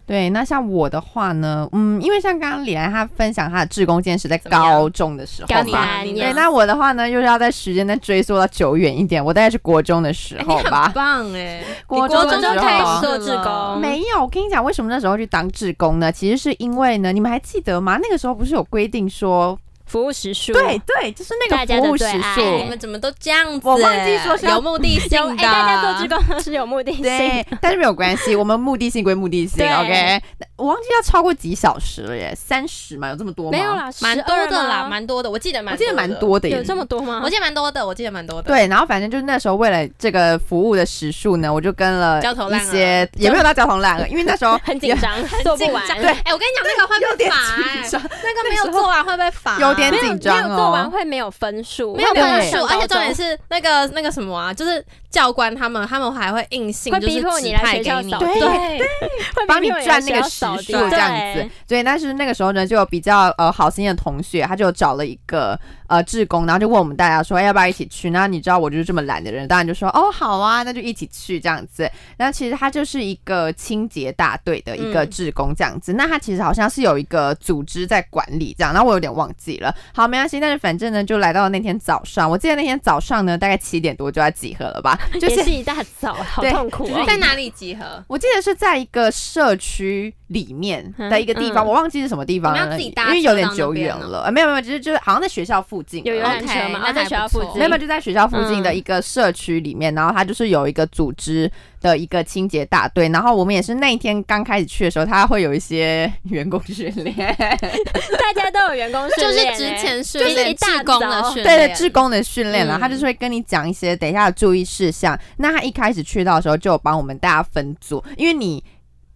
Speaker 2: 对，那像我的话呢，嗯，因为像刚刚李兰她分享她的志工见识在
Speaker 1: 怎么样
Speaker 2: 高中的时
Speaker 3: 高
Speaker 2: 候
Speaker 1: 你
Speaker 2: 嘛，
Speaker 1: 啊
Speaker 3: 三
Speaker 1: 你
Speaker 2: 对，
Speaker 1: 啊
Speaker 3: 年，
Speaker 2: 那我的话呢，又是要在时间再追溯到久远一点，我大概是国中的时
Speaker 1: 哎
Speaker 2: 候
Speaker 1: 你很
Speaker 2: 吧。
Speaker 1: 棒
Speaker 3: 欸
Speaker 1: 哎，
Speaker 2: 国
Speaker 1: 你国
Speaker 2: 中
Speaker 1: 中
Speaker 2: 的
Speaker 1: 就
Speaker 2: 时
Speaker 1: 开
Speaker 2: 候啊
Speaker 1: 始
Speaker 3: 做
Speaker 1: 了
Speaker 3: 志工，
Speaker 2: 没有，我跟你讲，为什么那时候去当志工呢？其实是因为呢，你们还记得吗？那个时候不是有规定说
Speaker 3: 服务时数，
Speaker 2: 对对，就是那
Speaker 3: 大
Speaker 2: 个
Speaker 3: 家的
Speaker 2: 服务时
Speaker 3: 最爱
Speaker 1: 哎，你
Speaker 2: 数
Speaker 1: 们。怎么都这样子？欸
Speaker 2: 我忘记说是要
Speaker 1: 有目的性
Speaker 3: 有
Speaker 1: 的，
Speaker 3: 哎、大家做志工都是有目的性的。
Speaker 2: 对，但是没有关系，我们目的性归目的性
Speaker 3: 对
Speaker 2: ，OK。那我忘记要超过几小时了耶，三十嘛，有这么多吗？
Speaker 3: 没有，啦，
Speaker 1: 蛮多
Speaker 3: 12
Speaker 1: 的啦，
Speaker 3: 吗啊
Speaker 1: 蛮多的，我记得蛮，
Speaker 2: 我记得蛮，多的耶，
Speaker 3: 有这么多吗？
Speaker 1: 我记得蛮多的，我记得蛮多的。
Speaker 2: 对，啊然后反正就是那时候为了这个服务的时数呢，我就跟了
Speaker 1: 焦头
Speaker 2: 一
Speaker 1: 烂额
Speaker 2: 些，也没有到焦头烂额，因为那时候
Speaker 3: 很紧 张，做不完，
Speaker 1: 对，哎，我跟你讲，那个会
Speaker 2: 有
Speaker 1: 被
Speaker 2: 点
Speaker 1: 罚，
Speaker 2: 紧张
Speaker 1: 哎那个没有做完会被罚，
Speaker 2: 有点
Speaker 3: 没有
Speaker 2: 紧张
Speaker 3: 啊没
Speaker 2: 哦
Speaker 3: 有做完会没有分数，
Speaker 1: 没有
Speaker 2: 没
Speaker 1: 没
Speaker 2: 有
Speaker 1: 有
Speaker 2: 人
Speaker 1: 数，
Speaker 3: 上
Speaker 1: 而且
Speaker 3: 高
Speaker 1: 重
Speaker 3: 中
Speaker 1: 点是那个那个什么啊，就是教官他们，他们还会硬性
Speaker 3: 会
Speaker 1: 就是
Speaker 3: 逼迫
Speaker 1: 指
Speaker 3: 你来
Speaker 1: 派给
Speaker 3: 学校
Speaker 1: 你
Speaker 3: 扫，
Speaker 2: 对
Speaker 3: 对，会
Speaker 2: 帮
Speaker 3: 逼
Speaker 2: 你
Speaker 3: 迫
Speaker 2: 赚
Speaker 3: 来
Speaker 2: 那个
Speaker 3: 学
Speaker 2: 时
Speaker 3: 校扫
Speaker 2: 数
Speaker 3: 地
Speaker 2: 这样子
Speaker 3: 对，
Speaker 2: 所以但是那个时候呢，就有比较呃好心的同学，他就找了一个呃志工，然后就问我们大家说哎要不要一起去。那你知道我就是这么懒的人，当然就说哦好啊，那就一起去这样子。那其实他就是一个清洁大队的一个
Speaker 3: 嗯
Speaker 2: 志工这样子。那他其实好像是有一个组织在管理这样，然后我有点忘记了。好，没关系，但是反正呢，就来到那天早上，我记得那天早上呢，大概七点多就要集合了吧， 就
Speaker 3: 也
Speaker 2: 是
Speaker 3: 是一大早，好
Speaker 2: 对
Speaker 3: 痛苦
Speaker 1: 就是
Speaker 3: 哦。
Speaker 1: 在哪里集合？
Speaker 2: 我记得是在一个社区里面的一个地方，
Speaker 3: 嗯嗯
Speaker 2: 我忘记是什么地方
Speaker 1: 你们
Speaker 2: 了，
Speaker 1: 要自己搭
Speaker 2: 因为有点
Speaker 1: 车到
Speaker 2: 久
Speaker 1: 那边
Speaker 2: 远
Speaker 1: 哦
Speaker 2: 了。呃没有没有，只是就是好像在学校附近啊
Speaker 3: 有游
Speaker 2: 了
Speaker 3: 览车
Speaker 1: OK，
Speaker 3: 嘛，
Speaker 1: 那
Speaker 3: 然后在
Speaker 1: 还
Speaker 3: 学校
Speaker 1: 不
Speaker 3: 附
Speaker 1: 错
Speaker 3: 近，
Speaker 2: 没有没有就在学校附近的
Speaker 3: 嗯
Speaker 2: 一个社区里面，然后它就是有一个组织的一个清洁大队，然后我们也是那一天刚开始去的时候，它会有一些员工训练，
Speaker 3: 大家都有员工训
Speaker 1: 就是
Speaker 3: 练欸，
Speaker 1: 之前训
Speaker 3: 就是
Speaker 1: 练
Speaker 3: 一大
Speaker 1: 志工的
Speaker 3: 早
Speaker 1: 训
Speaker 2: 对
Speaker 1: 练，
Speaker 2: 对，志工的训练啦，
Speaker 1: 嗯
Speaker 2: 他就是会跟你讲一些等一下的注意事项。那他一开始去到的时候，就有帮我们大家分组，因为你。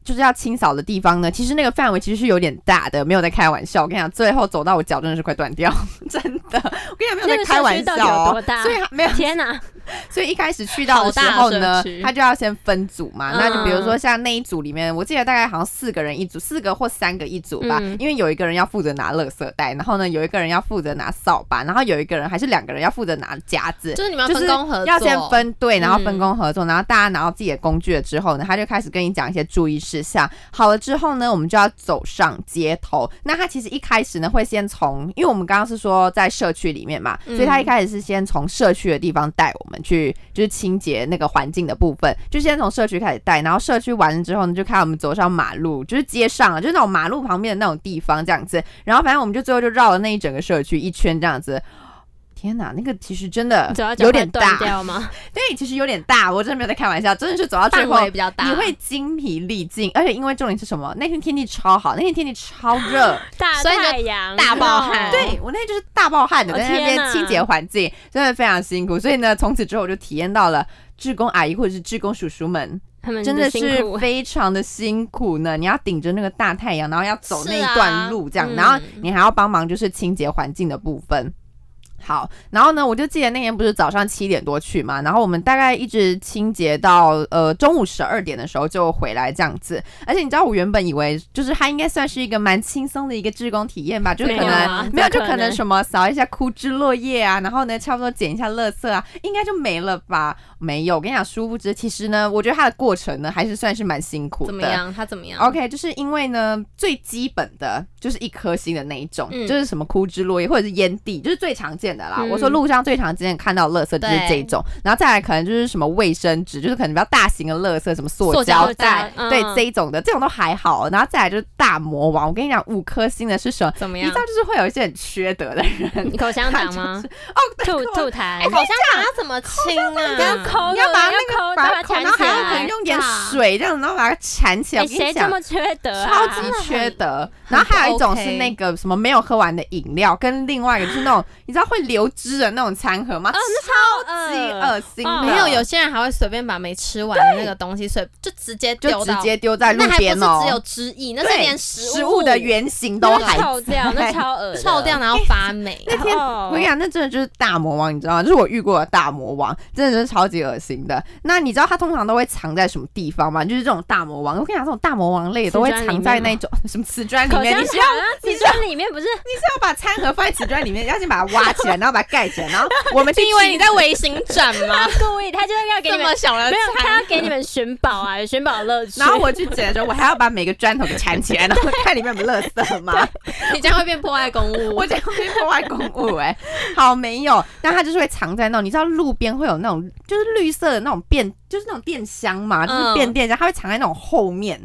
Speaker 2: 就是要清扫的地方呢，其实那个范围其实是有点大的，没有在开玩笑。我跟你讲，最后走到我脚真的是快断掉， 真的。我跟你讲，没有
Speaker 3: 那
Speaker 2: 在
Speaker 3: 个
Speaker 2: 开
Speaker 3: 社
Speaker 2: 玩
Speaker 3: 区
Speaker 2: 笑
Speaker 3: 到底有
Speaker 2: 哦、
Speaker 3: 多大
Speaker 2: 所以他没有，
Speaker 3: 天哪，
Speaker 2: 所以一开始去到的时候呢
Speaker 1: 好大的社，区
Speaker 2: 他就要先分组嘛。
Speaker 3: 嗯
Speaker 2: 那就比如说像那一组里面，我记得大概好像四个人一组，四个或三个一组吧。
Speaker 3: 嗯
Speaker 2: 因为有一个人要负责拿垃圾袋，然后呢有一个人要负责拿扫把，然后有一个人还是两个人要负责拿夹子。
Speaker 1: 就是你们
Speaker 2: 就
Speaker 1: 要
Speaker 2: 是
Speaker 1: 分工合作，
Speaker 2: 要先分队，然后分
Speaker 1: 嗯
Speaker 2: 工合作，然后大家拿到自己的工具了之后呢，他就开始跟你讲一些注意事项。好了之后呢，我们就要走上街头。那他其实一开始呢，会先从，因为我们刚刚是说在社区里面嘛，
Speaker 1: 嗯
Speaker 2: 所以他一开始是先从社区的地方带我们去，就是清洁那个环境的部分，就先从社区开始带，然后社区完了之后呢，就看我们走上马路，就是街上啊，就是那种马路旁边的那种地方这样子。然后反正我们就最后就绕了那一整个社区一圈这样子。天哪，那个其实真的
Speaker 3: 主要脚
Speaker 2: 有
Speaker 3: 快
Speaker 2: 点
Speaker 3: 断
Speaker 2: 大，
Speaker 3: 掉吗？
Speaker 2: 对，其实有点大，我真的没有在开玩笑，真的是走到最
Speaker 1: 范
Speaker 2: 后，
Speaker 1: 围比较大，
Speaker 2: 你会精疲力尽，而且因为重点是什么？那天天气超好，那天天气超热，
Speaker 3: 大
Speaker 1: 所以就
Speaker 3: 太阳，
Speaker 1: 大爆汗
Speaker 3: 哦
Speaker 2: 对我那天就是大暴汗的，
Speaker 3: 哦
Speaker 2: 在那边
Speaker 3: 天哪
Speaker 2: 清洁环境，真的非常辛苦。所以呢，从此之后我就体验到了。志工阿姨或者是志工叔叔们，
Speaker 3: 他们
Speaker 2: 真的
Speaker 3: 辛
Speaker 2: 是
Speaker 3: 苦
Speaker 2: 非常的辛苦呢。你要顶着那个大太阳，然后要走那
Speaker 1: 是啊
Speaker 2: 一段路，这样，
Speaker 1: 嗯
Speaker 2: 然后你还要帮忙就是清洁环境的部分。好，然后呢，我就记得那天不是早上七点多去嘛，然后我们大概一直清洁到呃中午十二点的时候就回来这样子。而且你知道，我原本以为就是它应该算是一个蛮轻松的一个志工体验吧，就是可
Speaker 3: 没有
Speaker 2: 能
Speaker 3: 啊
Speaker 2: 没有，
Speaker 3: 不
Speaker 2: 就
Speaker 3: 可
Speaker 2: 可能
Speaker 3: 能
Speaker 2: 什么扫一下枯枝落叶啊，然后呢，差不多捡一下垃圾啊，应该就没了吧？没有，我跟你讲，殊不知其实呢，我觉得它的过程呢还是算是蛮辛苦的。
Speaker 1: 怎么样？他怎么样
Speaker 2: OK，就是因为呢，最基本的就是一颗星的那一种，
Speaker 1: 嗯
Speaker 2: 就是什么枯枝落叶或者是烟蒂，就是最常见的啦。
Speaker 3: 嗯
Speaker 2: 我说路上最常见看到的垃圾就是
Speaker 1: 对
Speaker 2: 这一种，然后再来可能就是什么卫生纸，就是可能比较大型的垃圾，什么塑
Speaker 1: 塑胶
Speaker 2: 胶袋，
Speaker 3: 袋
Speaker 2: 对
Speaker 3: 嗯
Speaker 2: 这一种的，这种都还好。然后再来就是大魔王，我跟你讲，五颗星的是什么？
Speaker 1: 怎么
Speaker 2: 你
Speaker 1: 样
Speaker 2: 知？道，就是会有一些很缺德的人，
Speaker 3: 你口香糖吗？
Speaker 2: 哦，
Speaker 3: 吐
Speaker 2: 对，
Speaker 3: 吐痰
Speaker 1: 哎，，口香糖要怎么清啊？
Speaker 3: 这样抠，
Speaker 2: 你要把那
Speaker 3: 要抠，
Speaker 2: 个
Speaker 3: 再把
Speaker 2: 把
Speaker 3: 它
Speaker 2: 口，
Speaker 3: 缠
Speaker 2: 然后
Speaker 3: 起
Speaker 2: 还要可能
Speaker 3: 来。
Speaker 2: 用点水这样，然后把它缠起来。
Speaker 3: 哎，
Speaker 2: 我跟你
Speaker 3: 谁
Speaker 2: 讲
Speaker 3: 这。么缺德
Speaker 2: 超
Speaker 3: 啊？
Speaker 2: 级
Speaker 1: 真的很
Speaker 2: 缺德。
Speaker 1: 很
Speaker 2: 然后还有一种
Speaker 1: 不 OK
Speaker 2: 是那个什么没有喝完的饮料，跟另外一个就是那 种你知道会流汁的那种餐盒吗？
Speaker 3: 哦，那超
Speaker 2: 超级
Speaker 3: 恶，
Speaker 2: 恶心
Speaker 3: 哦
Speaker 2: 的，
Speaker 1: 没有，有些人还会随便把没吃完的那个东西，所以就直接
Speaker 2: 就
Speaker 1: 丢
Speaker 2: 直
Speaker 1: 到
Speaker 2: 接丢在路
Speaker 1: 那还不
Speaker 2: 边哦
Speaker 1: 是只。有汁液，那是
Speaker 2: 对
Speaker 1: 连
Speaker 2: 食
Speaker 1: 物
Speaker 2: 物的原型都
Speaker 3: 那
Speaker 2: 还
Speaker 3: 臭掉，那超恶，
Speaker 1: 臭掉，。然后发霉。
Speaker 2: 那天
Speaker 3: 哦
Speaker 2: 我跟你讲，那真的就是大魔王，你知道吗？就是我遇过的大魔王，真的是超级恶心的。那你知道他通常都会藏在什么地方吗？就是这种大魔王，我跟你讲，这种大魔王类的都会
Speaker 3: 瓷砖里
Speaker 2: 藏在
Speaker 3: 面
Speaker 2: 那种什么瓷砖里
Speaker 3: 口
Speaker 2: 面。
Speaker 3: 香
Speaker 2: 你是
Speaker 3: 糖
Speaker 2: 要
Speaker 3: 啊，
Speaker 2: 你
Speaker 3: 瓷
Speaker 2: 知道
Speaker 3: 砖里面不是
Speaker 2: 要把餐盒放在瓷砖里面，要先把它挖起来，然后把它盖起来，然后我们去
Speaker 1: 你以为
Speaker 2: 吃
Speaker 1: 你在微型展 吗？
Speaker 3: 故意，他就是要给
Speaker 1: 啊这
Speaker 3: 你们
Speaker 1: 么小的
Speaker 3: 没有，
Speaker 1: 餐
Speaker 3: 他要给你们寻宝啊，有寻宝乐趣。
Speaker 2: 然后我去捡的时候，我还要把每个砖头给缠起来，然后看里面有没有垃圾吗？
Speaker 1: 你这样会变破坏公物。
Speaker 2: 我这样会破坏公物哎、 好没有。那它就是会藏在那种，你知道路边会有那种就是绿色的那种便，就是那种电箱嘛，就是
Speaker 1: 嗯
Speaker 2: 变电箱，它会藏在那种后面。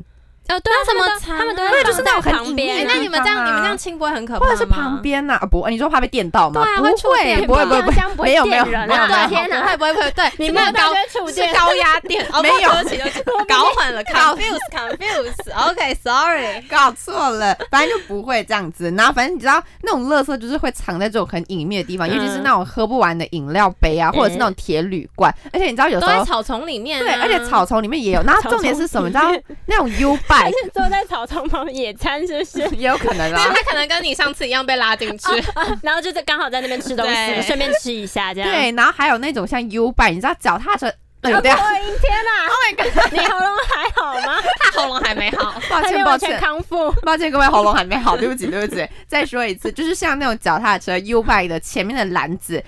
Speaker 3: 呃，对啊，
Speaker 1: 那他们
Speaker 3: 们都
Speaker 1: 藏
Speaker 3: 他们都
Speaker 1: 哦啊
Speaker 3: 会
Speaker 2: 就是
Speaker 3: 放
Speaker 2: 那
Speaker 3: 在
Speaker 2: 种很
Speaker 3: 旁
Speaker 2: 隐
Speaker 1: 哎、
Speaker 2: 秘
Speaker 3: 边
Speaker 2: 的
Speaker 3: 啊，
Speaker 1: 那你们这
Speaker 2: 地
Speaker 1: 样，
Speaker 2: 方啊
Speaker 1: 你们这样亲不会很可怕
Speaker 2: 或
Speaker 1: 吗？
Speaker 2: 者是旁边呐、啊不，你说怕被电到吗？
Speaker 3: 对啊
Speaker 2: 不
Speaker 3: 会触
Speaker 2: 会，
Speaker 3: 电
Speaker 2: 不会，
Speaker 3: 吧
Speaker 2: 不会，不会
Speaker 3: 香不会
Speaker 2: 没有，没有，
Speaker 3: 电人
Speaker 2: 没有，
Speaker 1: 哦
Speaker 3: 啊
Speaker 2: 没有
Speaker 3: 对天哪
Speaker 1: 会不会不会？对，
Speaker 3: 你
Speaker 1: 是
Speaker 3: 们
Speaker 1: 那个 高
Speaker 3: 触
Speaker 1: 是高 压电，哦
Speaker 2: 没有
Speaker 1: 对不起，对不起，哦搞混了，confuse confuse。OK，sorry。
Speaker 2: 搞错了，反正就不会这样子。然后反正你知道，那种垃圾就是会藏在这种很隐秘的地方，
Speaker 3: 嗯
Speaker 2: 尤其是那种喝不完的饮料杯啊，或者是那种铁铝罐。而且你知道有
Speaker 1: 都
Speaker 2: 时
Speaker 1: 在
Speaker 2: 候
Speaker 1: 草丛里面、啊，
Speaker 2: 对，而且草丛里面也有。然后重点是什么？你知道那种 U
Speaker 3: 还
Speaker 2: bike
Speaker 3: 是坐在草丛旁野餐，是不是？
Speaker 2: 也有可能
Speaker 1: 对
Speaker 2: 啊。
Speaker 1: 他可能跟你上次一样被拉进 去，
Speaker 3: 然后就是刚好在那边吃东
Speaker 1: 对
Speaker 3: 西，顺便吃一下这样。
Speaker 2: 对，然后还有那种像 U bike，你知道脚踏车。哎
Speaker 3: 啊，
Speaker 2: 呦，对啊，
Speaker 3: 我的天哪！Oh my god！你 喉咙还好吗？
Speaker 1: 他喉咙还没好。
Speaker 2: 抱
Speaker 3: 还没
Speaker 2: 歉
Speaker 3: 完
Speaker 2: 抱
Speaker 3: 全
Speaker 2: 歉，
Speaker 3: 康复。
Speaker 2: 抱歉各位喉咙还没好，对不起对不起。再说一次，就是像那种脚踏车 U bike 的前面的篮子，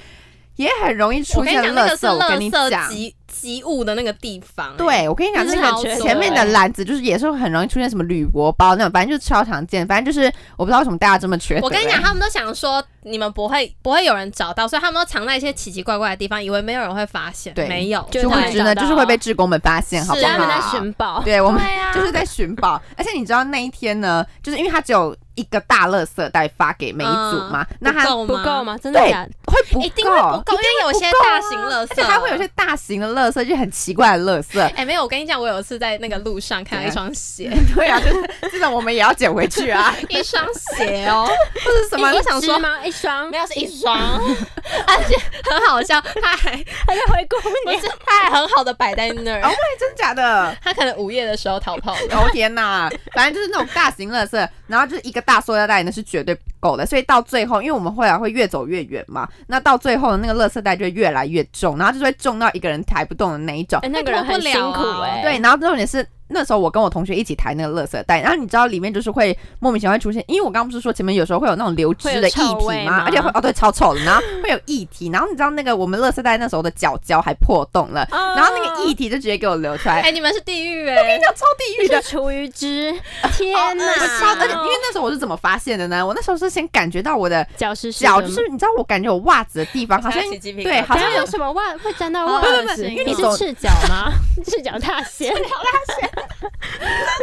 Speaker 2: 也很容易
Speaker 1: 我
Speaker 2: 出
Speaker 1: 跟你
Speaker 2: 现
Speaker 1: 讲，那
Speaker 2: 垃
Speaker 1: 个是
Speaker 2: 圾。我跟你
Speaker 1: 垃
Speaker 2: 讲
Speaker 1: 圾，集集物的那个地方、哎，
Speaker 2: 对，我跟你讲，
Speaker 1: 就是
Speaker 2: 那
Speaker 1: 好
Speaker 2: 个
Speaker 1: 多
Speaker 2: 前面的篮子就是也是很容易出现什么铝箔包那种，反正就是超常见。反正就是我不知道为什么大家这么缺德。
Speaker 1: 我跟你
Speaker 2: 欸
Speaker 1: 讲，，他们都想说你们不会不会有人找到，所以他们都藏在一些奇奇怪怪的地方，以为没有人会发现。
Speaker 2: 对
Speaker 1: 没有，
Speaker 3: 就
Speaker 2: 殊
Speaker 1: 对
Speaker 2: 不
Speaker 3: 会
Speaker 2: 知呢，就是会被志工们发现，好不
Speaker 1: 是
Speaker 2: 好？
Speaker 3: 啊他们在寻宝。
Speaker 2: 对我们
Speaker 1: 对啊
Speaker 2: 就是在寻宝。而且你知道那一天呢，就是因为他只有一个大垃圾袋发给每一组嘛，那他
Speaker 1: 嗯够
Speaker 3: 不
Speaker 1: 吗哎
Speaker 3: 够？吗？真的
Speaker 2: 对
Speaker 3: 假的？
Speaker 2: 会不
Speaker 1: 一定会不够，因为有些大型垃
Speaker 2: 而
Speaker 1: 圾，
Speaker 2: 且还会有一些。大型的垃圾，就是很奇怪的垃 圾。
Speaker 1: 哎、没有，我跟你讲，我有一次在那个路上看到一
Speaker 2: 怎
Speaker 1: 双鞋，
Speaker 2: 对啊，就是这种我们也要捡回去 啊，
Speaker 1: 一双鞋 哦，
Speaker 2: 或者什么
Speaker 3: 一
Speaker 1: 我想
Speaker 3: 哎一
Speaker 1: 说
Speaker 3: 只吗？一双
Speaker 1: 没，有是一双，而且很好笑，他还
Speaker 3: 他在回顾
Speaker 1: 不
Speaker 3: 你。
Speaker 1: 是他还很好的摆在那
Speaker 2: 哦
Speaker 1: 儿，
Speaker 2: 真假的？
Speaker 1: 他可能午夜的时候逃跑了。
Speaker 2: 哦天呐，反正就是那种大型垃圾，然后就是一个大塑料袋呢是绝对不够的，所以到最后，因为我们后来会越走越远嘛，那到最后呢那个垃圾袋就会越来越重，然后就是会重到一个人抬不动的那一种。
Speaker 3: 哎，那个人很辛
Speaker 1: 那脱不了
Speaker 3: 苦
Speaker 1: 啊
Speaker 3: 哎。
Speaker 2: 对，，然后重点是那时候我跟我同学一起抬那个垃圾袋，然后你知道里面就是会莫名其妙会出现，因为我刚刚不是说前面有时候会有那种流汁的液
Speaker 3: 会有臭
Speaker 2: 体
Speaker 3: 味
Speaker 2: 吗
Speaker 3: 吗？
Speaker 2: 而且会哦对，超臭的，然后会有液体，然后你知道那个我们垃圾袋那时候的脚胶还破洞了，然
Speaker 3: 然
Speaker 2: 后那个液体就直接给我流出来，
Speaker 1: 哎、你们是地狱哎、
Speaker 2: 那超 地狱的哦
Speaker 3: 是。厨余汁，天哪！
Speaker 2: 我超，而且因为那时呃候我是怎么发现的呢？我那时候是先感觉到我的
Speaker 3: 脚湿湿的
Speaker 2: 脚，就是你知道我感觉我袜子的地方好像
Speaker 1: 起鸡皮
Speaker 2: 对，好
Speaker 3: 好
Speaker 2: 像
Speaker 3: 像
Speaker 2: 有
Speaker 3: 有什么袜会沾到
Speaker 1: 好
Speaker 2: 哦
Speaker 3: 袜
Speaker 1: 恶
Speaker 3: 子？
Speaker 1: 心
Speaker 2: 因为你走
Speaker 3: 是赤脚吗？ 赤脚大仙，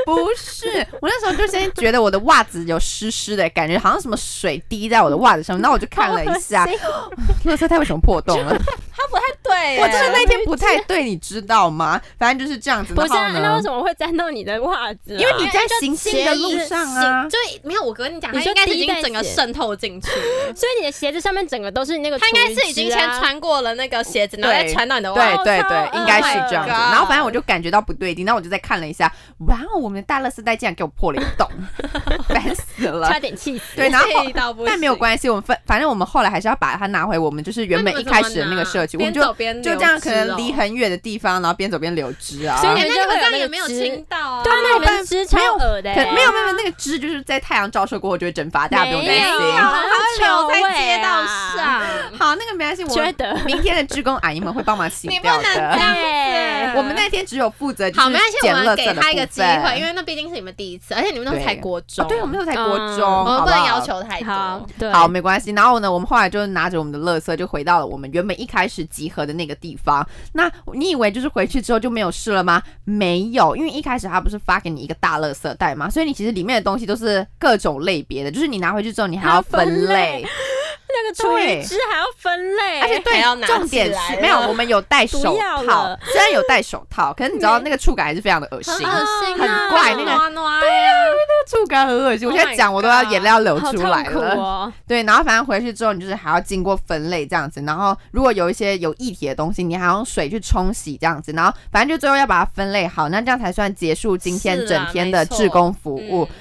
Speaker 2: 不是，我那时候就先觉得我的袜子有湿湿的感觉，好像什么水滴在我的袜子上面，那我就 看了一下
Speaker 3: 好，
Speaker 2: 垃圾袋为什么破洞了？
Speaker 1: 他不太对、
Speaker 2: 我就是
Speaker 1: 哎
Speaker 2: 那天不太对，你知道吗？反正就是这样子。
Speaker 3: 不是啊？
Speaker 2: 然后
Speaker 3: 那
Speaker 2: 呢
Speaker 3: 为什么会沾到你的袜子
Speaker 2: 因
Speaker 3: 啊？
Speaker 2: 为你在
Speaker 1: 就
Speaker 2: 行进
Speaker 1: 鞋
Speaker 2: 的
Speaker 1: 子
Speaker 2: 路上啊
Speaker 1: 行，就没有我跟你讲，
Speaker 3: 你
Speaker 1: 他
Speaker 3: 说
Speaker 1: 应该是已
Speaker 3: 第一
Speaker 1: 经
Speaker 3: 代
Speaker 1: 整个
Speaker 3: 鞋
Speaker 1: 渗透进去了，
Speaker 3: 所以你的鞋子上面整个都是那个、
Speaker 1: 他应该是已经
Speaker 3: 啊
Speaker 1: 先。穿过了那个鞋子，然后再
Speaker 2: 对
Speaker 1: 穿到你的袜
Speaker 2: 对
Speaker 1: 子。
Speaker 2: 对
Speaker 3: 超恶
Speaker 2: 对，应该是这样子。
Speaker 1: Oh my god
Speaker 2: 然后反正我就感觉到不对劲，那我就再看了一下，哇哦，我们的大垃圾袋竟然给我破了一个 洞，烦死了
Speaker 3: 差。点气死！
Speaker 2: 对，然后
Speaker 1: 气到不行
Speaker 2: 但没有关系，我们反反正我们后来还是要把它拿回我们就是原本一开始的那个社区，我
Speaker 1: 边
Speaker 2: 们就
Speaker 1: 走边
Speaker 2: 就
Speaker 1: 流
Speaker 2: 这样，
Speaker 1: 汁
Speaker 2: 可能
Speaker 1: 哦
Speaker 2: 离很远的地方，然后边走边流汁啊。
Speaker 3: 所以
Speaker 1: 哎
Speaker 3: 你
Speaker 1: 那你们这
Speaker 3: 们就会有
Speaker 1: 样
Speaker 3: 那
Speaker 1: 也
Speaker 3: 个
Speaker 1: 没有
Speaker 3: 汁
Speaker 1: 清到啊？
Speaker 3: 对啊，那你
Speaker 2: 办
Speaker 3: 们吃
Speaker 2: 没
Speaker 3: 超
Speaker 2: 有
Speaker 3: 恶的、
Speaker 2: 可
Speaker 3: 欸，
Speaker 2: 没有没有没有那个汁就是在太阳照射过后就会蒸发，大家不用担
Speaker 3: 没有
Speaker 2: 心。
Speaker 3: 啊
Speaker 1: 好久才接到
Speaker 3: 臭味
Speaker 1: 上。
Speaker 2: 好，那个没关系，我
Speaker 3: 缺
Speaker 2: 们
Speaker 3: 德。
Speaker 2: 明天的志工阿姨们会帮忙洗
Speaker 1: 你不
Speaker 2: 掉
Speaker 1: 能这样
Speaker 2: 的。
Speaker 1: 子
Speaker 3: 欸 对，
Speaker 2: 我们那天只有负责就
Speaker 1: 好，没
Speaker 2: 是
Speaker 1: 关系，
Speaker 2: 捡
Speaker 1: 我
Speaker 2: 垃
Speaker 1: 们
Speaker 2: 圾
Speaker 1: 给
Speaker 2: 的
Speaker 1: 他一个
Speaker 2: 部
Speaker 1: 机会，
Speaker 2: 分
Speaker 1: 因为那毕竟是你们第一次，而且你们都
Speaker 2: 对
Speaker 1: 才国中，
Speaker 2: 哦对，我们那时候才国
Speaker 3: 嗯
Speaker 2: 中，
Speaker 1: 我们不能
Speaker 2: 好好
Speaker 1: 要。求太
Speaker 3: 好
Speaker 1: 多。，
Speaker 3: 对，
Speaker 2: 好，没关系。然后呢，我们后来就拿着我们的垃圾，就回到了我们原本一开始集合的那个地方。那你以为就是回去之后就没有事了吗？没有，因为一开始他不是发给你一个大垃圾袋吗？所以你其实里面的东西都是各种类别的，就是你拿回去之后你还要
Speaker 3: 还要分
Speaker 2: 哦分类哎
Speaker 3: 类，那个厨
Speaker 2: 对
Speaker 3: 余汁还要分类，
Speaker 2: 而且
Speaker 1: 还
Speaker 2: 对
Speaker 1: 要，拿
Speaker 2: 重点
Speaker 1: 起来
Speaker 2: 是
Speaker 1: 了
Speaker 2: 没有，我们有戴
Speaker 3: 不
Speaker 2: 手
Speaker 3: 要
Speaker 2: 套
Speaker 3: 了，
Speaker 2: 虽然有戴手套，可是你知道
Speaker 3: 没
Speaker 2: 那个触感还是非常的恶心，
Speaker 1: 很
Speaker 2: 那
Speaker 1: 恶
Speaker 2: 个
Speaker 1: 心
Speaker 2: 很
Speaker 1: 啊，
Speaker 2: 怪那个
Speaker 1: 暖暖呀，
Speaker 2: 触感很恶心，我
Speaker 1: Oh
Speaker 2: 现在
Speaker 1: my
Speaker 2: 讲我都要
Speaker 1: God
Speaker 2: 眼泪要流
Speaker 3: 好
Speaker 2: 出
Speaker 3: 痛
Speaker 2: 来
Speaker 3: 苦
Speaker 2: 了。
Speaker 3: 哦。
Speaker 2: 对，然后反正回去之后，你就是还要经过分类这样子，然后如果有一些有液体的东西，你还要用水去冲洗这样子，然后反正就最后要把它分类好，那这样才算结束今天
Speaker 1: 是啊
Speaker 2: 整天的
Speaker 1: 没错
Speaker 2: 志工服务。
Speaker 1: 嗯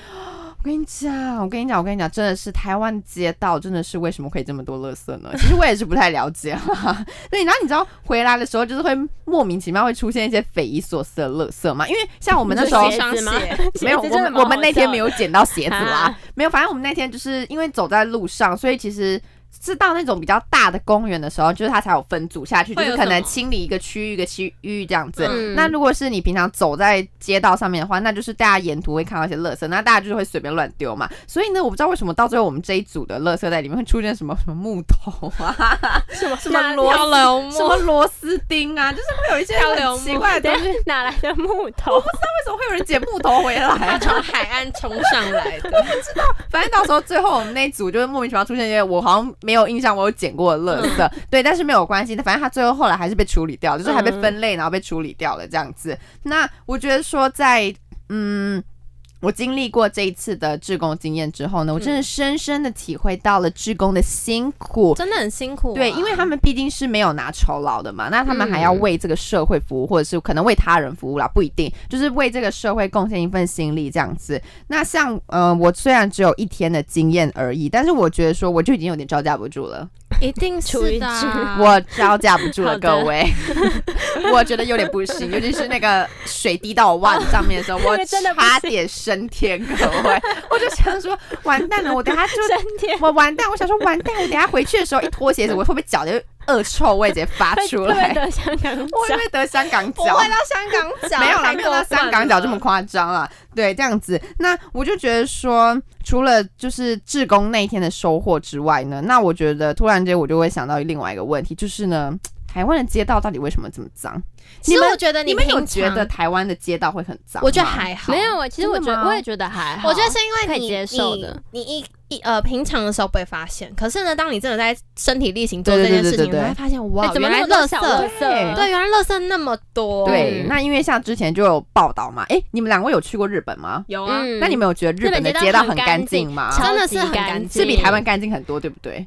Speaker 2: 我跟你讲，我跟你讲，我跟你讲，真的是台湾街道真的是为什么可以这么多垃圾呢？其实我也是不太了解哈哈。对，然后你知道回来的时候，就是会莫名其妙会出现一些匪夷所思的垃圾嘛，因为像我们那时候
Speaker 3: 你说鞋子吗
Speaker 1: 鞋
Speaker 2: 没有，
Speaker 3: 鞋
Speaker 2: 我
Speaker 3: 子真的
Speaker 2: 们
Speaker 3: 蛮
Speaker 2: 我们
Speaker 3: 好
Speaker 2: 那天
Speaker 3: 笑
Speaker 2: 没有捡到鞋子啦
Speaker 3: 啊，
Speaker 2: 没有，反正我们那天就是因为走在路上，所以其实是到那种比较大的公园的时候，就是它才有分组下去，就
Speaker 3: 会有
Speaker 2: 是可
Speaker 3: 什
Speaker 2: 能
Speaker 3: 么
Speaker 2: 清理一个区域一个区域这样子。
Speaker 3: 嗯
Speaker 2: 那如果是你平常走在街道上面的话，那就是大家沿途会看到一些垃圾，那大家就是会随便乱丢嘛。所以呢，我不知道为什么到最后我们这一组的垃圾袋里面会出现什么什么木头啊，
Speaker 3: 什么什
Speaker 2: 么螺丝
Speaker 3: 流
Speaker 2: 什么螺丝钉啊，就是会有一些
Speaker 3: 漂流
Speaker 2: 很
Speaker 3: 木
Speaker 2: 奇怪的东西。为
Speaker 3: 哪来的木 头？
Speaker 2: 什么会有人捡木头回来
Speaker 1: 他？ 从海岸冲上来的，
Speaker 2: 反正到时候最后我们那一组就是莫名其妙出现一些我好像没有印象我有捡过的垃圾，对，但是没有关系，反正他最后后来还是被处理掉，就是还被分类然后被处理掉了这样子。那我觉得说在嗯。我经历过这一次的志工经验之后呢，我真的深深的体会到了志工的辛苦，
Speaker 1: 真的很辛苦啊、
Speaker 2: 对，因为他们毕竟是没有拿酬劳的嘛，那他们还要
Speaker 3: 嗯
Speaker 2: 为这个社会服务，或者是可能为他人服务啦，不一定，就是为这个社会贡献一份心力这样子。那像呃，我虽然只有一天的经验而已，但是我觉得说我就已经有点招架不住了，
Speaker 1: 一定
Speaker 3: 处于
Speaker 1: 是的啊、
Speaker 2: 我招架不住了，
Speaker 3: 好的
Speaker 2: 各位， 我觉得有点不行，尤其是那个水滴到我袜子上面的 时候，我
Speaker 3: 那个真的不行
Speaker 2: 差点升天，各位，我就想说完蛋了，我等下就
Speaker 3: 真天
Speaker 2: 我完蛋！我想说完蛋，我等一下回去的时候一脱鞋子，我会不会脚就恶臭味直接发
Speaker 3: 会
Speaker 2: 出
Speaker 3: 会
Speaker 2: 来？
Speaker 3: 得香港
Speaker 2: 我会不
Speaker 3: 脚，
Speaker 2: 会得香港
Speaker 1: 不
Speaker 2: 脚？
Speaker 1: 会到香港脚，
Speaker 2: 没有啦，
Speaker 1: 太
Speaker 2: 没有到
Speaker 1: 过分
Speaker 2: 香港脚这么
Speaker 1: 了
Speaker 2: 夸张啦。对，这样子，那我就觉得说，除了就是志工那一天的收获之外呢，那我觉得突然间我就会想到另外一个问题，就是呢，台湾的街道到底为什么这么脏？
Speaker 1: 其
Speaker 2: 你
Speaker 1: 实
Speaker 2: 们
Speaker 1: 我觉得
Speaker 2: 你们
Speaker 1: 平
Speaker 2: 有觉
Speaker 1: 常
Speaker 2: 得台湾的街道会很脏吗？
Speaker 1: 我觉得还好，
Speaker 3: 没有啊。其实我觉
Speaker 2: 真的
Speaker 3: 得
Speaker 2: 吗
Speaker 3: 我也觉得还好，
Speaker 1: 我觉得是因为
Speaker 3: 可以
Speaker 1: 你
Speaker 3: 接受的
Speaker 1: 你你一一呃平常的时候不会发现，可是呢，当你真的在身体力行做
Speaker 2: 对
Speaker 1: 这
Speaker 2: 对
Speaker 1: 件
Speaker 2: 对
Speaker 1: 事情，
Speaker 2: 对对
Speaker 1: 你会发现
Speaker 3: 哎
Speaker 1: 哇，
Speaker 3: 怎么
Speaker 1: 原来
Speaker 3: 那么多
Speaker 1: 垃
Speaker 3: 小
Speaker 1: 圾，
Speaker 3: 圾？啊
Speaker 1: 对，原啊来垃圾那么多，
Speaker 2: 对，
Speaker 3: 嗯
Speaker 2: 那因为像之前就有报道嘛，哎、你们两位有去过日本吗？
Speaker 1: 有啊，
Speaker 3: 嗯
Speaker 2: 那你们有觉得日本的街道很干净吗？
Speaker 1: 超
Speaker 3: 真的
Speaker 1: 级
Speaker 3: 是很
Speaker 1: 干
Speaker 3: 干
Speaker 1: 净
Speaker 2: 是
Speaker 3: 净，
Speaker 2: 比台湾干净很多，对不对？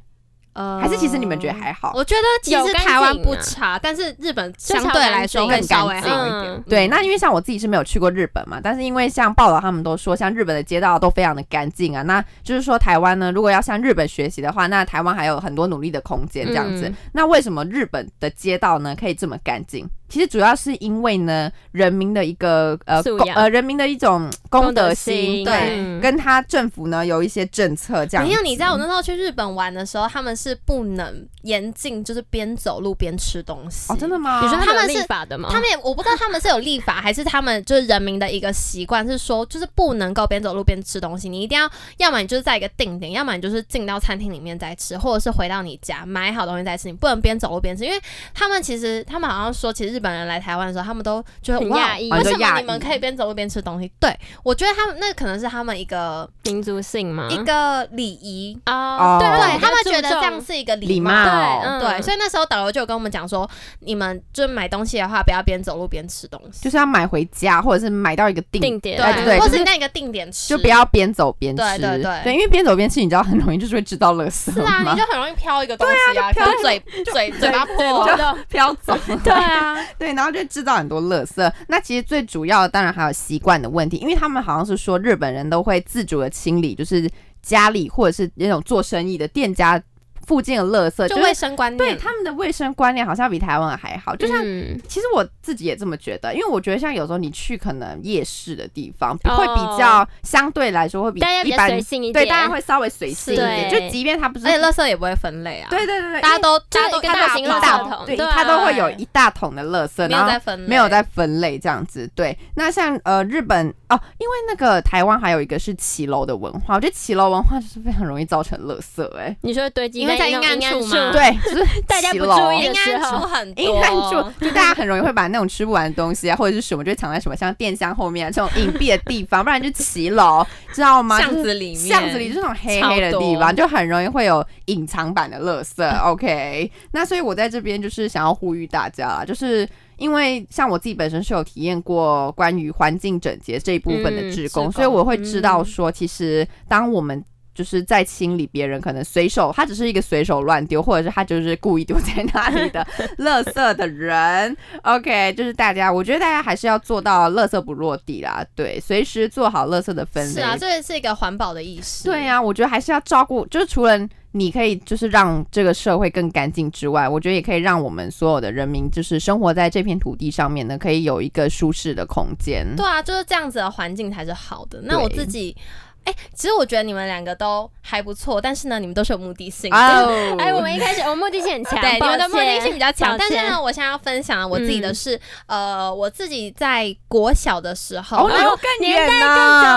Speaker 1: 呃
Speaker 2: 还是其实你们觉得还好？
Speaker 1: 我觉得其
Speaker 3: 有
Speaker 1: 实
Speaker 3: 干
Speaker 1: 台湾
Speaker 3: 净
Speaker 1: 不
Speaker 3: 啊
Speaker 1: 差，但是日本
Speaker 3: 就
Speaker 1: 相
Speaker 3: 超
Speaker 1: 对
Speaker 3: 干
Speaker 1: 来说
Speaker 3: 净
Speaker 1: 会
Speaker 2: 更
Speaker 1: 稍微
Speaker 2: 干
Speaker 1: 好一
Speaker 3: 净
Speaker 1: 点
Speaker 3: 嗯。
Speaker 2: 对，
Speaker 1: 嗯
Speaker 2: 那因为像我自己是没有去过日本嘛，但是因为像报道他们都说，像日本的街道都非常的干净啊，那就是说台湾呢，如果要向日本学习的话，那台湾还有很多努力的空间这样子。
Speaker 3: 嗯
Speaker 2: 那为什么日本的街道呢可以这么干净？其实主要是因为呢，人民的一个呃
Speaker 3: 素
Speaker 2: 公
Speaker 3: 养
Speaker 2: 呃人民的一种公德心，
Speaker 3: 心，
Speaker 2: 对，
Speaker 3: 嗯
Speaker 2: 跟他政府呢有一些政策这样
Speaker 1: 没
Speaker 2: 子。
Speaker 1: 有，你知道我那时候去日本玩的时候，他们是不能严禁，就是边走路边吃东西。哦
Speaker 2: 哦，真的吗？
Speaker 3: 你说
Speaker 1: 他们
Speaker 3: 有
Speaker 1: 是
Speaker 3: 立法的吗？
Speaker 1: 他们也我不知道他们是有立法，还是他们就是人民的一个习惯，是说就是不能够边走路边吃东西，你一定要，要么你就是在一个定点，要么你就是进到餐厅里面再吃，或者是回到你家买好东西再吃，你不能边走路边吃，因为他们其实他们好像说，其实日本人来台湾的时候，他们都觉得
Speaker 3: 很
Speaker 1: 哇
Speaker 3: 讶异
Speaker 1: 为
Speaker 2: 哦
Speaker 1: 什
Speaker 2: 你说
Speaker 1: 么
Speaker 2: 讶
Speaker 1: 你们
Speaker 2: 异
Speaker 1: 可以边走路边吃东西？对我觉得他们那可能是他们一个、
Speaker 3: 民族性
Speaker 2: 嗯
Speaker 3: 吗？
Speaker 1: 一个礼仪。
Speaker 3: 哦，
Speaker 1: 对
Speaker 2: 哦
Speaker 1: 对，他们觉得
Speaker 3: 比较注
Speaker 1: 这
Speaker 3: 重
Speaker 1: 样是一个
Speaker 2: 礼
Speaker 1: 礼
Speaker 2: 貌
Speaker 1: 貌，
Speaker 3: 对嗯
Speaker 1: 对，所以那时候导游就有跟我们讲说，你们就是买东西的话，不要边走路边吃东西，
Speaker 2: 就是要买回家，或者是买到一个定，
Speaker 3: 定点
Speaker 2: 哎对
Speaker 1: 或
Speaker 2: 就是
Speaker 1: 是那个定点吃，
Speaker 2: 就不要边走边吃。
Speaker 1: 对对对
Speaker 2: 因为边走边吃，你知道很容易就是会制造垃圾
Speaker 1: 是啊，
Speaker 2: 嘛
Speaker 1: 你就很容易飘一个东西啊，
Speaker 2: 就
Speaker 1: 可
Speaker 2: 飘
Speaker 1: 能嘴嘴嘴巴破
Speaker 2: 对
Speaker 1: 了，
Speaker 2: 飘走。
Speaker 1: 对啊，
Speaker 2: 对，然后就制造很多垃圾。那其实最主要的当然还有习惯的问题，因为他们好像是说日本人都会自主的清理，就是家里或者是那种做生意的店家附近的垃圾，
Speaker 1: 就
Speaker 2: 就是
Speaker 1: 卫生观
Speaker 2: 对
Speaker 1: 念，
Speaker 2: 他们的卫生观念好像比台湾还好，就像
Speaker 3: 嗯
Speaker 2: 其实我自己也这么觉得，因为我觉得像有时候你去可能夜市的地方，
Speaker 3: 哦
Speaker 2: 会比较相对来说会比
Speaker 3: 大家比
Speaker 2: 一
Speaker 3: 较
Speaker 2: 般
Speaker 3: 随性一
Speaker 2: 对
Speaker 3: 点，
Speaker 2: 大家会稍微随性一点，
Speaker 3: 对哎
Speaker 2: 就即便它不是
Speaker 1: 而且垃圾也不会分类啊，
Speaker 2: 对对对对，
Speaker 1: 大家都
Speaker 3: 就
Speaker 1: 大
Speaker 3: 是
Speaker 1: 家都
Speaker 3: 一个
Speaker 1: 看
Speaker 3: 大
Speaker 1: 到
Speaker 3: 型
Speaker 2: 因为一
Speaker 3: 垃圾
Speaker 2: 大
Speaker 1: 大
Speaker 3: 桶
Speaker 2: 对
Speaker 3: 对啊
Speaker 2: 它都会有一大桶的垃圾，
Speaker 1: 没
Speaker 2: 然
Speaker 1: 有
Speaker 2: 后
Speaker 1: 在分类，
Speaker 2: 没有在分类这样子，对。那像呃日本哦，因为那个台湾还有一个是骑楼的文化，我觉得骑楼文化就是非常容易造成垃圾、哎，
Speaker 3: 你说堆积
Speaker 1: 因为在
Speaker 3: 那种
Speaker 1: 阴暗
Speaker 3: 阴
Speaker 1: 处
Speaker 3: 处
Speaker 1: 嘛
Speaker 3: 吗？
Speaker 2: 对，就是
Speaker 3: 大家
Speaker 2: 骑
Speaker 3: 不
Speaker 2: 楼啊
Speaker 3: 注意
Speaker 1: 应该出很多，
Speaker 2: 阴暗处，就大家很容易会把那种吃不完的东西啊，或者是什么，就藏在什么像电箱后面、啊、这种隐蔽的地方，不然就骑楼，知道吗？
Speaker 1: 巷
Speaker 2: 就是
Speaker 1: 子里面，
Speaker 2: 巷子里就是那种黑黑的地
Speaker 1: 超
Speaker 2: 方，就很容易会有隐藏版的垃 圾。OK，那所以我在这边就是想要呼吁大家啦，就是因为像我自己本身是有体验过关于环境整洁这一部分的
Speaker 3: 嗯
Speaker 1: 志
Speaker 2: 职工，
Speaker 1: 工
Speaker 2: 所以我会知道说，其实当我们就是在清理别人可能随手，他只是一个随手乱丢，或者是他就是故意丢在那里的垃圾 的人。OK，就是大家，我觉得大家还是要做到垃圾不落地啦，对，随时做好垃圾的分类。
Speaker 1: 是啊，这是一个环保的意识，
Speaker 2: 对呀、我觉得还是要照顾，就是除了你可以就是让这个社会更干净之外，我觉得也可以让我们所有的人民就是生活在这片土地上面呢，可以有一个舒适的空间。
Speaker 1: 对啊，就是这样子的环境才是好的。那我
Speaker 2: 对
Speaker 1: 自己，哎、哎、其实我觉得你们两个都还不错，但是呢，你们都是有目的性的。
Speaker 2: 哦，
Speaker 3: 哎、我们一开始我们目的性很强，
Speaker 1: 对，你
Speaker 3: 抱
Speaker 1: 们的目的
Speaker 3: 歉
Speaker 1: 性比较强。
Speaker 3: 抱
Speaker 1: 但是
Speaker 3: 歉嗯
Speaker 1: 呢，我现在要分享我自己的是，呃，我自己在国小的时候，
Speaker 2: 哦，
Speaker 1: 然
Speaker 2: 那
Speaker 1: 后
Speaker 2: 又更
Speaker 3: 年
Speaker 2: 远呢
Speaker 3: 代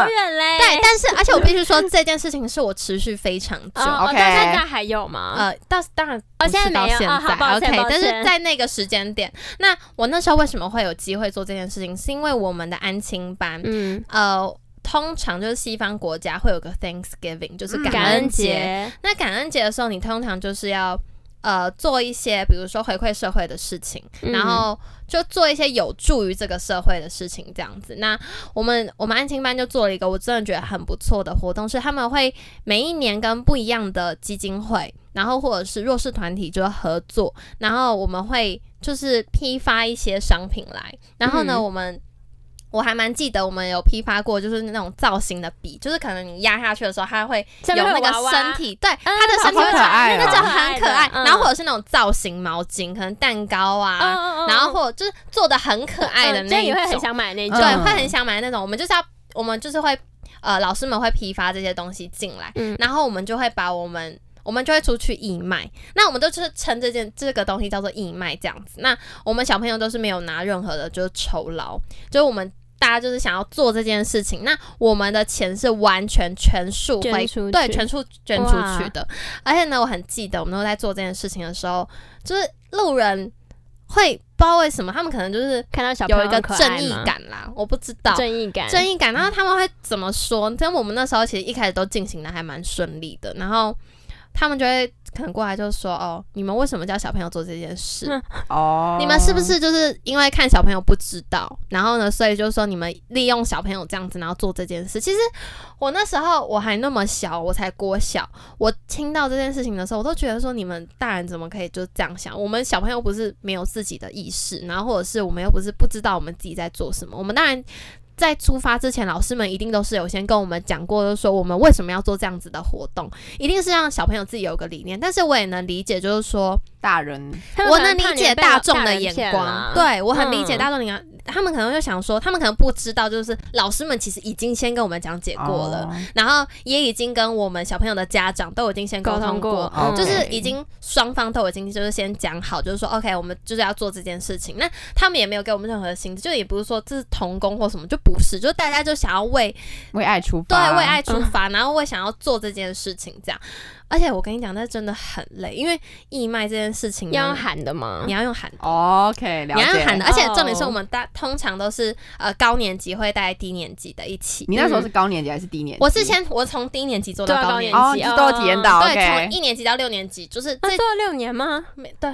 Speaker 3: 更久。远嘞。
Speaker 1: 对，但是 而且我必须说，这件事情是我持续非常久。
Speaker 3: 哦，
Speaker 2: OK
Speaker 3: 到现在还有吗？
Speaker 1: 呃，到当然
Speaker 3: 哦
Speaker 1: 不是
Speaker 3: 现在没
Speaker 1: 到
Speaker 3: 有
Speaker 1: 现
Speaker 3: 哦好抱歉
Speaker 1: OK，
Speaker 3: 抱
Speaker 1: 但是
Speaker 3: 歉
Speaker 1: 在那个时间点，那我那时候为什么会有机会做这件事情，是因为我们的安亲班，
Speaker 3: 嗯，
Speaker 1: 呃，通常就是西方国家会有个 Thanksgiving，就是
Speaker 2: 嗯
Speaker 1: 感
Speaker 3: 感
Speaker 1: 恩
Speaker 3: 恩
Speaker 1: 节。
Speaker 3: 节，
Speaker 1: 那感恩节的时候，你通常就是要呃做一些，比如说回馈社会的事情，
Speaker 3: 嗯
Speaker 1: 然后就做一些有助于这个社会的事情，这样子。那我们我们安亲班就做了一个我真的觉得很不错的活动，是他们会每一年跟不一样的基金会，然后或者是弱势团体就合作，然后我们会就是批发一些商品来，然后呢，
Speaker 3: 嗯
Speaker 1: 我们。我还蛮记得我们有批发过，就是那种造型的笔，就是可能你压下去的时候，它会
Speaker 3: 上
Speaker 1: 有
Speaker 3: 面
Speaker 1: 那
Speaker 3: 有娃
Speaker 1: 个
Speaker 3: 娃
Speaker 1: 身体，对，
Speaker 3: 嗯
Speaker 1: 它的身体
Speaker 2: 好
Speaker 1: 会
Speaker 2: 可爱
Speaker 1: 那
Speaker 2: 哦
Speaker 1: 个就很可爱。然后或
Speaker 3: 我，
Speaker 1: 者是那种造型毛巾，可能蛋糕啊，
Speaker 3: 嗯
Speaker 1: 然后或者就是做的很可爱的
Speaker 3: 嗯
Speaker 1: 那
Speaker 3: 就
Speaker 1: 一
Speaker 3: 你会很
Speaker 1: 种，
Speaker 3: 想买那
Speaker 2: 嗯
Speaker 3: 种，
Speaker 1: 对，会很想买那种。我们就是要，我们就是会，呃，老师们会批发这些东西进来，
Speaker 3: 嗯
Speaker 1: 然后我们就会把我们。我们就会出去义卖，那我们都是称这件这个东西叫做义卖这样子。那我们小朋友都是没有拿任何的，就是酬劳，就是我们大家就是想要做这件事情。那我们的钱是完全全数
Speaker 3: 捐
Speaker 1: 回
Speaker 3: 出
Speaker 1: 对
Speaker 3: 去
Speaker 1: 全数捐出
Speaker 3: 哇
Speaker 1: 去的。而且呢，我很记得我们都在做这件事情的时候，就是路人会不知道为什么，他们可能就是
Speaker 3: 看到小朋友
Speaker 1: 有一个
Speaker 3: 可爱
Speaker 1: 正义
Speaker 3: 吗，
Speaker 1: 感啦，我不知道。
Speaker 3: 正义感，
Speaker 1: 正义感，然后他们会怎么说？但我们那时候其实一开始都进行的还蛮顺利的，然后他们就会可能过来就说：“哦，你们为什么叫小朋友做这件事？
Speaker 3: 嗯
Speaker 2: 哦，
Speaker 1: 你们是不是就是因为看小朋友不知道，然后呢，所以就是说你们利用小朋友这样子，然后做这件事？其实我那时候我还那么小，我才国小，我听到这件事情的时候，我都觉得说你们大人怎么可以就这样想？我们小朋友不是没有自己的意识，然后或者是我们又不是不知道我们自己在做什么，我们当然。在出发之前，老师们一定都是有先跟我们讲过，就是说我们为什么要做这样子的活动，一定是让小朋友自己有个理念。但是我也能理解，就是说，
Speaker 2: 大人？
Speaker 3: 他们
Speaker 1: 我
Speaker 3: 可
Speaker 1: 能理
Speaker 3: 怕你
Speaker 1: 解
Speaker 3: 被
Speaker 1: 大
Speaker 3: 老
Speaker 1: 众的
Speaker 3: 人
Speaker 1: 眼
Speaker 3: 骗
Speaker 1: 光
Speaker 3: 啦，，
Speaker 1: 对我很理解
Speaker 3: 嗯
Speaker 1: 大众的眼光。他们可能就想说，他们可能不知道，就是老师们其实已经先跟我们讲解过了，
Speaker 2: 哦
Speaker 1: 然后也已经跟我们小朋友的家长都已经先沟通过。
Speaker 2: 嗯
Speaker 1: 就是
Speaker 2: ，OK
Speaker 1: 已经双方都已经就是先讲好，就是说 OK，我们就是要做这件事情。那他们也没有给我们任何的薪资，就也不是说这是童工或什么，就不是，就大家就想要为
Speaker 2: 为爱出
Speaker 1: 对
Speaker 2: 发，
Speaker 3: 啊
Speaker 1: 为爱
Speaker 3: 嗯
Speaker 1: 出发，然后为想要做这件事情这样。而且我跟你讲，那真的很累，因为义卖这件事情呢
Speaker 3: 要用喊的吗
Speaker 1: 你？要用喊的
Speaker 2: 哦 OK，了
Speaker 1: 你要
Speaker 2: 解。
Speaker 1: 用喊的，而且重点是
Speaker 3: 哦
Speaker 1: 我们大通常都是呃高年级会带低年级的一起。
Speaker 2: 你那时候是高年级嗯还是低年级？
Speaker 1: 我是先我从低年级做
Speaker 3: 嗯对
Speaker 1: 到
Speaker 3: 啊
Speaker 1: 高
Speaker 3: 高
Speaker 1: 年
Speaker 3: 年
Speaker 1: 级，
Speaker 2: 哦，
Speaker 3: 级
Speaker 2: 这都有体验到
Speaker 1: 对，从
Speaker 2: ，OK，
Speaker 1: 一年级到六年级，就是
Speaker 3: 那
Speaker 1: 这
Speaker 3: 哦做了六年吗？
Speaker 1: 每对，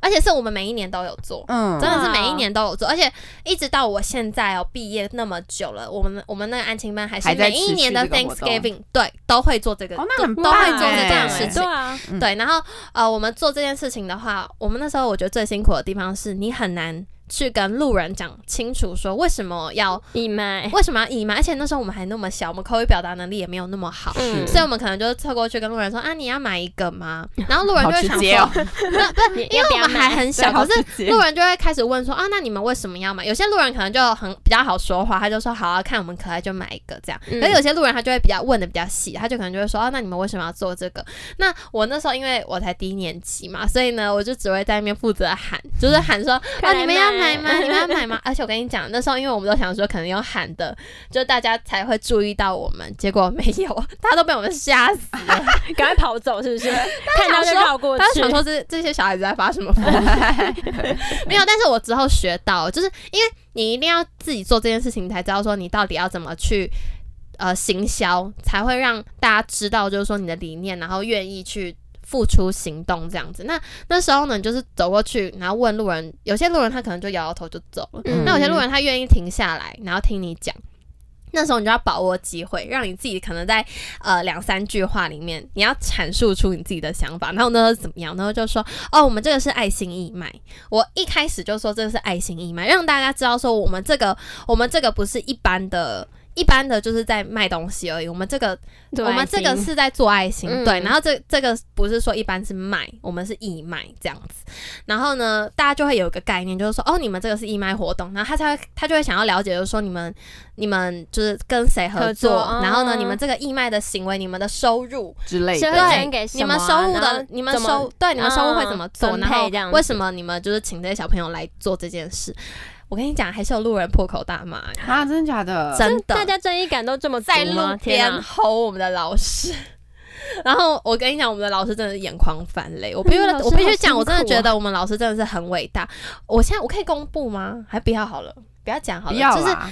Speaker 1: 而且是我们每一年都有做。
Speaker 2: 嗯
Speaker 1: 真的是每一年都有做，而且一直到我现在哦毕业那么久了，我们我们那个安亲班还是
Speaker 2: 还在
Speaker 1: 每
Speaker 2: 持续
Speaker 1: 一年的
Speaker 2: 这个活动
Speaker 1: Thanksgiving 对都会做这个，
Speaker 2: 哦那很
Speaker 1: 都都会
Speaker 2: 棒
Speaker 1: 做这件
Speaker 2: 哎
Speaker 1: 事情
Speaker 3: 对。啊，
Speaker 2: 嗯
Speaker 1: 对，然后呃，我们做这件事情的话，我们那时候我觉得最辛苦的地方是你很难去跟路人讲清楚说为什么要
Speaker 2: 哎
Speaker 3: 义卖，
Speaker 1: 为什么要义卖，而且那时候我们还那么小，我们口语表达能力也没有那么好。
Speaker 3: 嗯
Speaker 1: 所以我们可能就凑过去跟路人说啊，你要买一个吗？ 然后路人就
Speaker 2: 好
Speaker 1: 会
Speaker 2: 直
Speaker 1: 想
Speaker 2: 接
Speaker 1: 说
Speaker 2: 哦，，
Speaker 3: 你
Speaker 1: 因
Speaker 3: 要
Speaker 1: 为
Speaker 3: 不
Speaker 1: 我
Speaker 3: 要
Speaker 1: 们还
Speaker 3: 买？
Speaker 1: 很小，
Speaker 2: 对好
Speaker 1: 可是
Speaker 2: 直接
Speaker 1: 路人就会开始问说啊，那你们为什么要买？有些路人可能就很比较好说话，他就说好啊，看我们可爱就买一个这样。
Speaker 3: 嗯
Speaker 1: 可是有些路人他就会比较问的比较细，他就可能就会说啊，那你们为什么要做这个？那我那时候因为我才低年级嘛，所以呢，我就只会在那边负责喊，就是喊 说啊，
Speaker 3: 快来
Speaker 1: 你们要买
Speaker 3: 买
Speaker 1: 吗？你们要买吗？ 而且我跟你讲，那时候因为我们都想说可能用喊的，就大家才会注意到我们，结果没有，大家都被我们吓死了。
Speaker 3: 赶快跑 走，是不是？看到就
Speaker 1: 想说
Speaker 3: 绕过
Speaker 1: 他就
Speaker 3: 去
Speaker 1: 想。说这这些小孩子在发什 么疯？没有，但是我之后学到，就是因为你一定要自己做这件事情，你才知道说你到底要怎么去呃行销，才会让大家知道，就是说你的理念，然后愿意去。付出行动这样子，那那时候呢，你就是走过去，然后问路人，有些路人他可能就摇摇头就走了，
Speaker 2: 嗯
Speaker 1: 那有些路人他愿意停下来，然后听你讲。那时候你就要把握机会，让你自己可能在呃两三句话里面，你要阐述出你自己的想法。然后呢怎么样？然后就说哦，我们这个是爱心义卖。我一开始就说这个是爱心义卖，让大家知道说我们这个我们这个不是一般的一般的就是在卖东西而已，我们这个
Speaker 3: 对
Speaker 1: 我们这个
Speaker 3: 行
Speaker 1: 是在做爱心，
Speaker 3: 嗯
Speaker 1: 对。然后这这个不是说一般是卖，我们是义卖这样子。然后呢，大家就会有一个概念，就是说哦，你们这个是义卖活动，然后他才会他就会想要了解，就是说你们你们就是跟谁合作，
Speaker 3: 合作
Speaker 1: 然后呢，
Speaker 3: 嗯
Speaker 1: 你们这个义卖的行为，你们的收入，
Speaker 2: 之类
Speaker 3: 是
Speaker 2: 的。
Speaker 3: 会先给
Speaker 1: 你
Speaker 3: 什么
Speaker 1: 们
Speaker 3: 啊
Speaker 1: 收入
Speaker 3: 然后
Speaker 1: 的，你们
Speaker 3: 怎么
Speaker 1: 收对你们收入会怎么做？
Speaker 3: 嗯
Speaker 1: 然
Speaker 3: 分
Speaker 1: 后
Speaker 3: 配这样子
Speaker 1: 为什么你们就是请这些小朋友来做这件事？我跟你讲，还是有路人破口大骂、欸
Speaker 2: 啊，真的假的？
Speaker 1: 真的，
Speaker 3: 大家正义感都这么足
Speaker 1: 在
Speaker 3: 吗
Speaker 1: 路
Speaker 3: 天
Speaker 1: 边
Speaker 3: 啊
Speaker 1: 吼我们的老师。 然后我跟你讲，我们的老师真的是眼眶泛泪。我必须
Speaker 3: 嗯老，师
Speaker 1: 我必
Speaker 3: 好
Speaker 1: 须
Speaker 3: 辛
Speaker 1: 讲，我真的
Speaker 3: 苦啊
Speaker 1: 觉得我们老师真的是很伟大。我现在我可以公布吗？还不要好了，不要讲好
Speaker 2: 不
Speaker 1: 了。
Speaker 2: 要
Speaker 1: 就是
Speaker 2: 啦，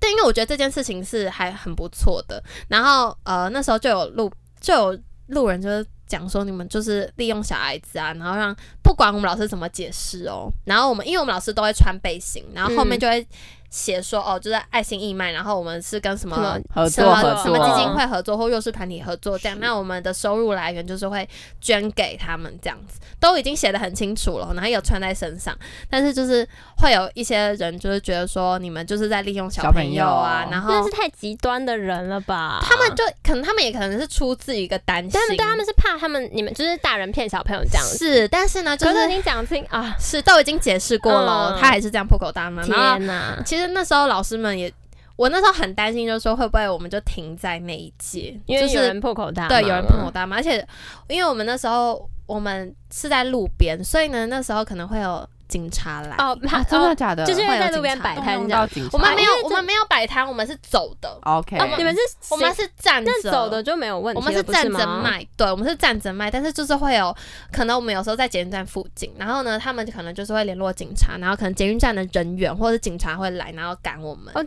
Speaker 1: 对，因为我觉得这件事情是还很不错的。然后呃，那时候就有路就有路人就是讲说，你们就是利用小孩子啊，然后让不管我们老师怎么解释哦，然后我们因为我们老师都会穿背心，然后后面
Speaker 3: 嗯
Speaker 1: 就会写说、哦，就是爱心义卖，然后我们是跟什
Speaker 3: 什么
Speaker 1: 么
Speaker 2: 合
Speaker 1: 什
Speaker 2: 作
Speaker 1: 么
Speaker 2: 合
Speaker 1: 什
Speaker 2: 作
Speaker 1: 么基金会合作或弱势团体合作这样，那我们的收入来源就是会捐给他们这样子，都已经写的很清楚了，然后有穿在身上，但是就是会有一些人就是觉得说你们就是在利用小
Speaker 2: 小朋
Speaker 1: 朋友啊，
Speaker 2: 友
Speaker 1: 然
Speaker 3: 那
Speaker 1: 后
Speaker 3: 是太极端的人了吧？
Speaker 1: 他们就可能他们也可能是出自于一个担心
Speaker 3: 对，他们对他们是怕他们你们就是大人骗小朋友这样子，
Speaker 1: 是，但是呢，就
Speaker 3: 可是
Speaker 1: 是
Speaker 3: 你讲清啊，
Speaker 1: 是都已经解释过了，
Speaker 3: 嗯
Speaker 1: 他还是这样破口大骂，然后
Speaker 3: 天哪！
Speaker 1: 其实那时候老师们也。我那时候很担心，就是说会不会我们就停在那一届，
Speaker 3: 因为
Speaker 1: 就是
Speaker 3: 有人破口大骂嘛，嗯
Speaker 1: 对，有人碰我大妈，而且因为我们那时候我们是在路边，所以呢，那时候可能会有警察来。
Speaker 3: 哦，他
Speaker 2: 啊真的
Speaker 3: 哦
Speaker 2: 假的？
Speaker 3: 就是
Speaker 1: 会有
Speaker 3: 在
Speaker 1: 警
Speaker 3: 路边
Speaker 1: 察
Speaker 3: 摆摊
Speaker 2: 动
Speaker 3: 这
Speaker 2: 到
Speaker 3: 样。
Speaker 2: 警察
Speaker 1: 我们没有
Speaker 3: 啊因为，这
Speaker 1: 我们没有摆摊，我们是走的，
Speaker 2: OK，
Speaker 3: 哦，你们是
Speaker 1: 我们是站
Speaker 3: 那
Speaker 1: 着
Speaker 3: 走的。就没有问题
Speaker 1: 我
Speaker 3: 了，
Speaker 1: 们是站
Speaker 3: 不
Speaker 1: 着
Speaker 3: 是吗，
Speaker 1: 卖，对，我们是站着卖，但是就是会有可能我们有时候在捷运站附近，然后呢，他们可能就是会联络警察，然后可能捷运站的人员或者是警察会来，然后赶我们。
Speaker 3: 哦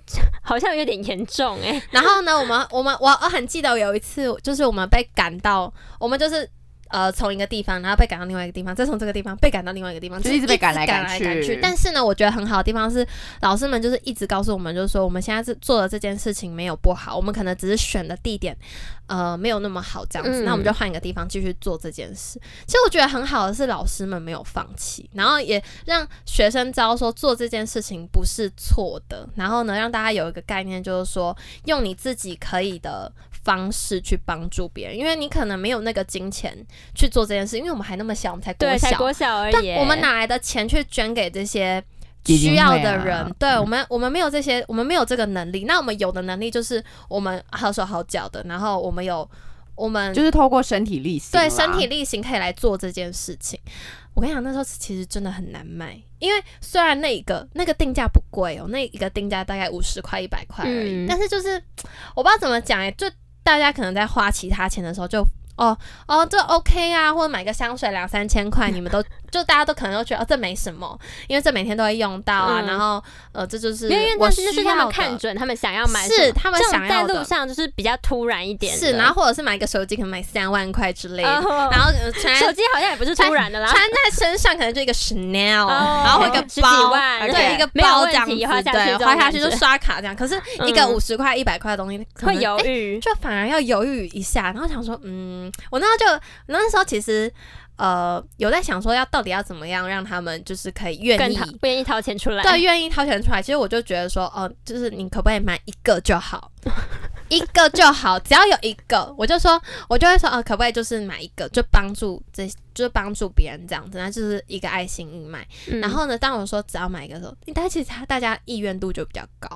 Speaker 3: 好像有点严重 哎。
Speaker 1: 然后呢，我们我们我我很记得有一次，就是我们被赶到，我们就是呃从一个地方，然后被赶到另外一个地方，再从这个地方被赶到另外一个地方，
Speaker 2: 就是一直被
Speaker 1: 赶
Speaker 2: 赶来
Speaker 1: 赶
Speaker 2: 赶
Speaker 1: 去
Speaker 2: 去
Speaker 1: 但是呢，我觉得很好的地方是，老师们就是一直告诉我们，就是说我们现在是做的这件事情没有不好，我们可能只是选的地点呃没有那么好这样子，
Speaker 3: 嗯
Speaker 1: 那我们就换一个地方继续做这件事。其实我觉得很好的是，老师们没有放弃，然后也让学生知道说做这件事情不是错的，然后呢，让大家有一个概念，就是说用你自己可以的方式去帮助别人，因为你可能没有那个金钱去做这件事，因为我们还那么小，我们才国
Speaker 3: 对，才
Speaker 1: 小，
Speaker 3: 国小而
Speaker 1: 但
Speaker 3: 已。
Speaker 1: 我们？哪来的钱去捐给这些？
Speaker 2: 基
Speaker 1: 需
Speaker 2: 金会
Speaker 1: 要
Speaker 2: 啊
Speaker 1: 的人，对
Speaker 2: 嗯
Speaker 1: 我们，我们没有这些，我们没有这个能力。那我们有的能力就是我们好手好脚的，然后我们有，我们
Speaker 2: 就是透过身体力行，
Speaker 1: 对身体，力行可以来做这件事情。我跟你讲，那时候其实真的很难卖，因为虽然那一个那个定价不贵哦，那一个定价大概五十块一百块而已，
Speaker 3: 嗯
Speaker 1: 但是就是我不知道怎么讲哎，就大家可能在花其他钱的时候就。哦哦，这 OK 啊，或者买个香水两三千块，你们都 就大家都可能都觉得、哦、这没什么，因为这每天都会用到啊。
Speaker 3: 嗯
Speaker 1: 然后呃，这就是
Speaker 3: 因为因为
Speaker 1: 我
Speaker 3: 但是就是
Speaker 1: 需
Speaker 3: 他
Speaker 1: 要
Speaker 3: 们
Speaker 1: 的
Speaker 3: 看准，他们想要买什么，
Speaker 1: 是他们
Speaker 3: 这种
Speaker 1: 想要
Speaker 3: 在
Speaker 1: 的
Speaker 3: 路上就是比较突然一点的，
Speaker 1: 是，然后或者是买个手机可能买三万块之类的，
Speaker 3: 哦
Speaker 1: 然后呃 穿在
Speaker 3: 手机好像也不是突然的啦，
Speaker 1: 穿在身上可能就一个 Chanel，、
Speaker 3: 哦
Speaker 1: 然后会一个
Speaker 3: 十几
Speaker 1: 包，
Speaker 3: 万
Speaker 1: 对，一个
Speaker 3: 没有
Speaker 1: 包
Speaker 3: 问
Speaker 1: 这
Speaker 3: 题
Speaker 1: 样子，
Speaker 3: 花下去这
Speaker 1: 对，
Speaker 3: 种
Speaker 1: 花下去就
Speaker 3: 感觉
Speaker 1: 刷卡这样。可是一个
Speaker 3: 嗯
Speaker 1: 五十块、一百块的东西，可
Speaker 3: 会
Speaker 1: 能
Speaker 3: 犹
Speaker 1: 哎
Speaker 3: 豫。
Speaker 1: 就反而要犹豫一下。然后想说，嗯，我那时候就那时候其实呃有在想说要到底要怎么样让他们就是可以愿
Speaker 3: 跟
Speaker 1: 意
Speaker 3: 他。不愿意掏钱出来，
Speaker 1: 对，，愿意掏钱出来。其实我就觉得说，哦，就是你可不可以买一个就好，一个就好，只要有一个，我就说，我就会说，哦，可不可以就是买一个，就帮助这，就是帮助别人这样子，那就是一个爱心义卖。
Speaker 3: 嗯
Speaker 1: 然后呢，当我说只要买一个的时候，但其实他大家意愿度就比较高，